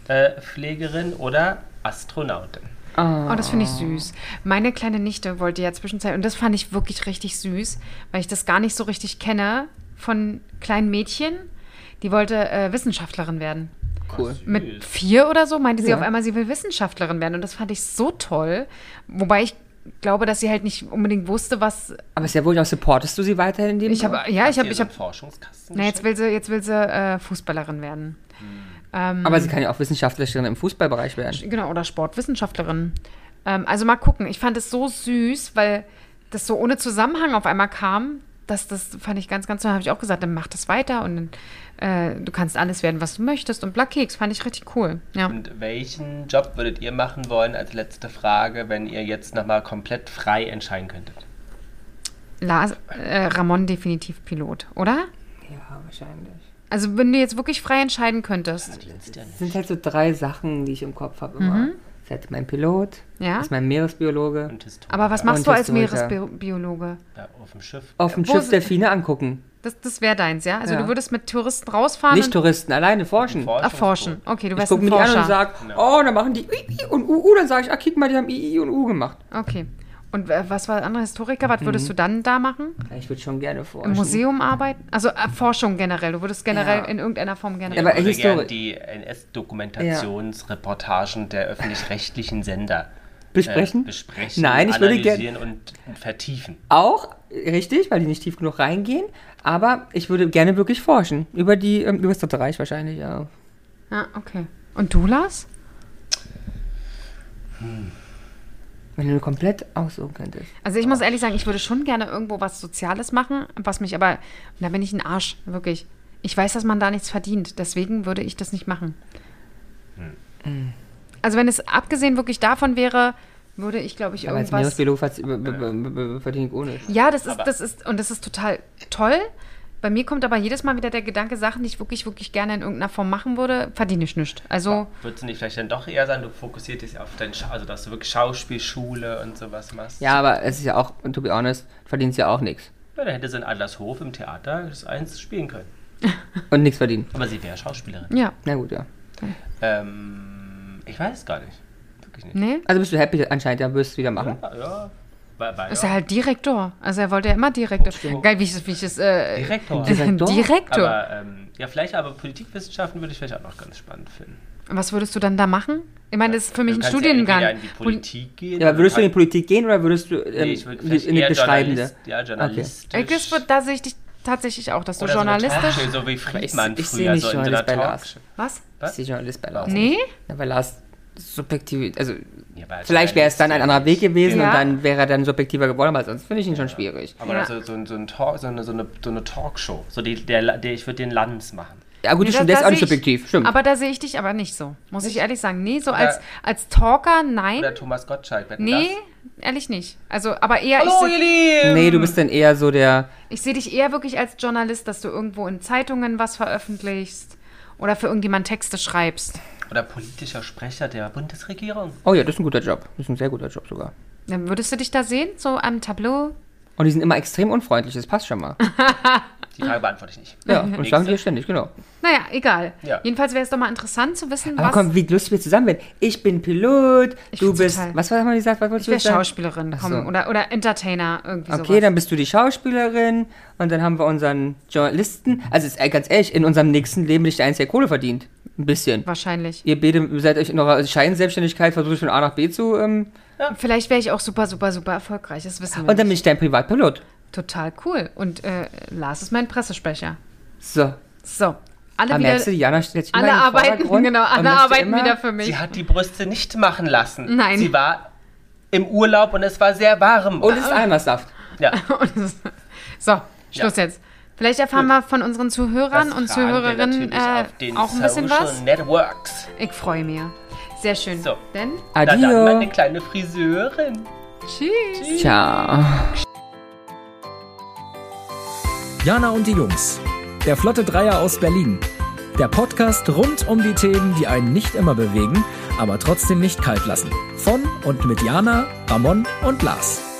äh, Pflegerin oder Astronautin. Oh, das finde ich süß. Meine kleine Nichte wollte ja zwischenzeitlich, und das fand ich wirklich richtig süß, weil ich das gar nicht so richtig kenne, von kleinen Mädchen, die wollte äh, Wissenschaftlerin werden. Cool. Mit vier oder so meinte sie Ja. auf einmal, sie will Wissenschaftlerin werden. Und das fand ich so toll. Wobei ich glaube, dass sie halt nicht unbedingt wusste, was. Aber sehr wohl auch supportest du sie weiterhin in dem Ich habe, ja, ich habe, Dir ich so einen habe. Forschungskasten. Na, jetzt will sie, jetzt will sie äh, Fußballerin werden. Ähm, Aber sie kann ja auch Wissenschaftlerin im Fußballbereich werden. Genau, oder Sportwissenschaftlerin. Ähm, also mal gucken. Ich fand es so süß, weil das so ohne Zusammenhang auf einmal kam. Das, das fand ich ganz, ganz toll. Habe ich auch gesagt, dann mach das weiter und dann, äh, du kannst alles werden, was du möchtest. Und Blackkeks fand ich richtig cool. Ja. Und welchen Job würdet ihr machen wollen als letzte Frage, wenn ihr jetzt nochmal komplett frei entscheiden könntet? Lars, äh, Ramon definitiv Pilot, oder? Ja, wahrscheinlich. Also wenn du jetzt wirklich frei entscheiden könntest. Das sind halt so drei Sachen, die ich im Kopf habe immer. Das ist halt mein Pilot, Mhm. Ja. das ist mein Meeresbiologe. Und Aber was machst Und du als Historiker. Meeresbiologe? Ja, auf dem Schiff. Auf dem Wo Schiff sind- Delfine angucken. Das, das wäre deins, ja? Also Ja. du würdest mit Touristen rausfahren Nicht und Touristen, alleine forschen. Forschungsboot. erforschen. Okay, du Ich wärst gucke ein mir die an und Forscher. sag, oh, dann machen die I, I und U, U. Dann sage ich, ah, guck mal, die haben I, I und U gemacht. Okay. Und äh, was war der andere Historiker? Was würdest du Mhm. dann da machen? Ich würde schon gerne forschen. Im Museum arbeiten? Also äh, Forschung generell. Du würdest generell Ja. in irgendeiner Form generell. Ja, Ich aber würde Histori- gerne die NS-Dokumentationsreportagen der öffentlich-rechtlichen Sender äh, Besprechen? besprechen, Nein, ich würde gerne analysieren und vertiefen. auch, richtig, weil die nicht tief genug reingehen, aber ich würde gerne wirklich forschen. Über die, ähm, über das Dritte Reich wahrscheinlich, ja. Ja, Ah, okay. Und du, Lars? Wenn du komplett aussuchen könntest. Also ich muss ehrlich sagen, ich würde schon gerne irgendwo was Soziales machen, was mich aber, da bin ich ein Arsch, wirklich. Ich weiß, dass man da nichts verdient, deswegen würde ich das nicht machen. Hm. Also wenn es abgesehen wirklich davon wäre, würde ich, glaube ich, Aber als irgendwas... Meeresbiologe verz- b- b- b- b- verdiene ich ohne. Ja, das ist, Aber- das ist, und das ist total toll. Bei mir kommt aber jedes Mal wieder der Gedanke, Sachen, die ich wirklich, wirklich gerne in irgendeiner Form machen würde, verdiene ich nicht. Also, Würdest du nicht vielleicht dann doch eher sein, du fokussierst dich auf dein, Scha also dass du wirklich Schauspielschule und sowas machst? Ja, aber es ist ja auch, und to be honest, verdienst ja auch nichts. Ja, dann hätte sie in Adlershof im Theater das eins spielen können. Und nichts verdienen. Aber sie wäre Schauspielerin. ja, Na gut, ja. Ähm, ich weiß es gar nicht. Wirklich nicht. nee. Also bist du happy anscheinend, ja, wirst du wieder machen. Ja, ja. War, war, Ist ja. er halt Direktor. Also er wollte ja immer Direktor. Stimmt. Geil, wie ich es, wie ich es, äh, Direktor. Direktor? Direktor. Aber ähm, ja, vielleicht aber Politikwissenschaften würde ich vielleicht auch noch ganz spannend finden. Was würdest du dann da machen? Ich meine, das ist für mich Du ein kannst Studiengang. Ja entweder in die Poli- Politik gehen. Ja, aber würdest du in die kannst- Politik gehen oder würdest du ähm, Nee, ich würde in vielleicht die- in die eher Beschreibende? Journalist, ja, journalistisch. Ich- das wird- Da sehe ich dich tatsächlich auch, dass du Oder so eine journalistisch. Talkshow, so wie Friedmann ich sehe früher, nicht so in so einer Journalist bei Lars. Talkshow. was? Ich sehe Journalist bei Lars. Nee? Na, weil Lars subjektiv, also Ja, aber als vielleicht wäre es dann ein Journalist- anderer Weg gewesen Ja. und dann wäre er dann subjektiver geworden, aber sonst finde ich ihn schon schwierig. Aber Ja. also so, ein- so, ein Talk, so, eine, so, eine, so eine Talkshow. So die, der, La- der, ich würde den Lanz machen. Ja gut, Nee, das stimmt, der da- ist da auch nicht sehe ich- subjektiv, stimmt. Aber da sehe ich dich aber nicht so. Muss ich ehrlich sagen. Nee, so als, als Talker, nein. Oder Thomas Gottschalk. wer hat denn Nee, ehrlich nicht. Also, aber eher, Das? Hallo, ich, ihr se Lieben! nee, ähm, du bist dann eher so der, ich sehe dich eher wirklich als Journalist, dass du irgendwo in Zeitungen was veröffentlichst oder für irgendjemand Texte schreibst. Oder politischer Sprecher der Bundesregierung. oh ja, das ist ein guter Job, das ist ein sehr guter Job sogar. Dann würdest du dich da sehen, so am Tableau. Und die sind immer extrem unfreundlich, das passt schon mal. Die Ah. Frage beantworte ich nicht. Ja, und sagen dir ständig, genau. Naja, egal. Ja. Jedenfalls wäre es doch mal interessant zu wissen, Aber was. komm, wie lustig wir zusammen werden. Ich bin Pilot, Ich du find's bist, total- was haben wir gesagt, was wolltest Ich wäre du sagen? Schauspielerin, Ach komm, so. oder, oder Entertainer, irgendwie Okay, sowas. dann bist du die Schauspielerin und dann haben wir unseren Journalisten. Also ist, äh, ganz ehrlich, in unserem nächsten Leben bin ich der Einzige, der Kohle verdient. Ein bisschen. Wahrscheinlich. Ihr beide seid euch in eurer Scheinselbstständigkeit, versucht von A nach B zu. Ähm, Vielleicht wäre ich auch super, super, super erfolgreich, das wissen wir und dann bin nicht. ich dein Privatpilot. Total cool. Und äh, Lars ist mein Pressesprecher. So. So, alle Aber merkst du, wieder... die Jana stellt sich immer Alle in den arbeiten, Vordergrund genau, und alle möchte arbeiten immer- wieder für mich. Sie hat die Brüste nicht machen lassen. Nein. Sie war im Urlaub und es war sehr warm. Und es Ah. ist Eimersaft. ja. Und es- so, Schluss jetzt. Vielleicht erfahren wir von unseren Zuhörern und Das fragen wir Zuhörerinnen natürlich äh, auf den auch ein bisschen Social was. Networks. Ich freue mich. Sehr schön. So. Denn, Na dann meine Adio. kleine Friseurin. tschüss. Ciao. Jana und die Jungs. Der Flotte Dreier aus Berlin. Der Podcast rund um die Themen, die einen nicht immer bewegen, aber trotzdem nicht kalt lassen. Von und mit Jana, Ramon und Lars.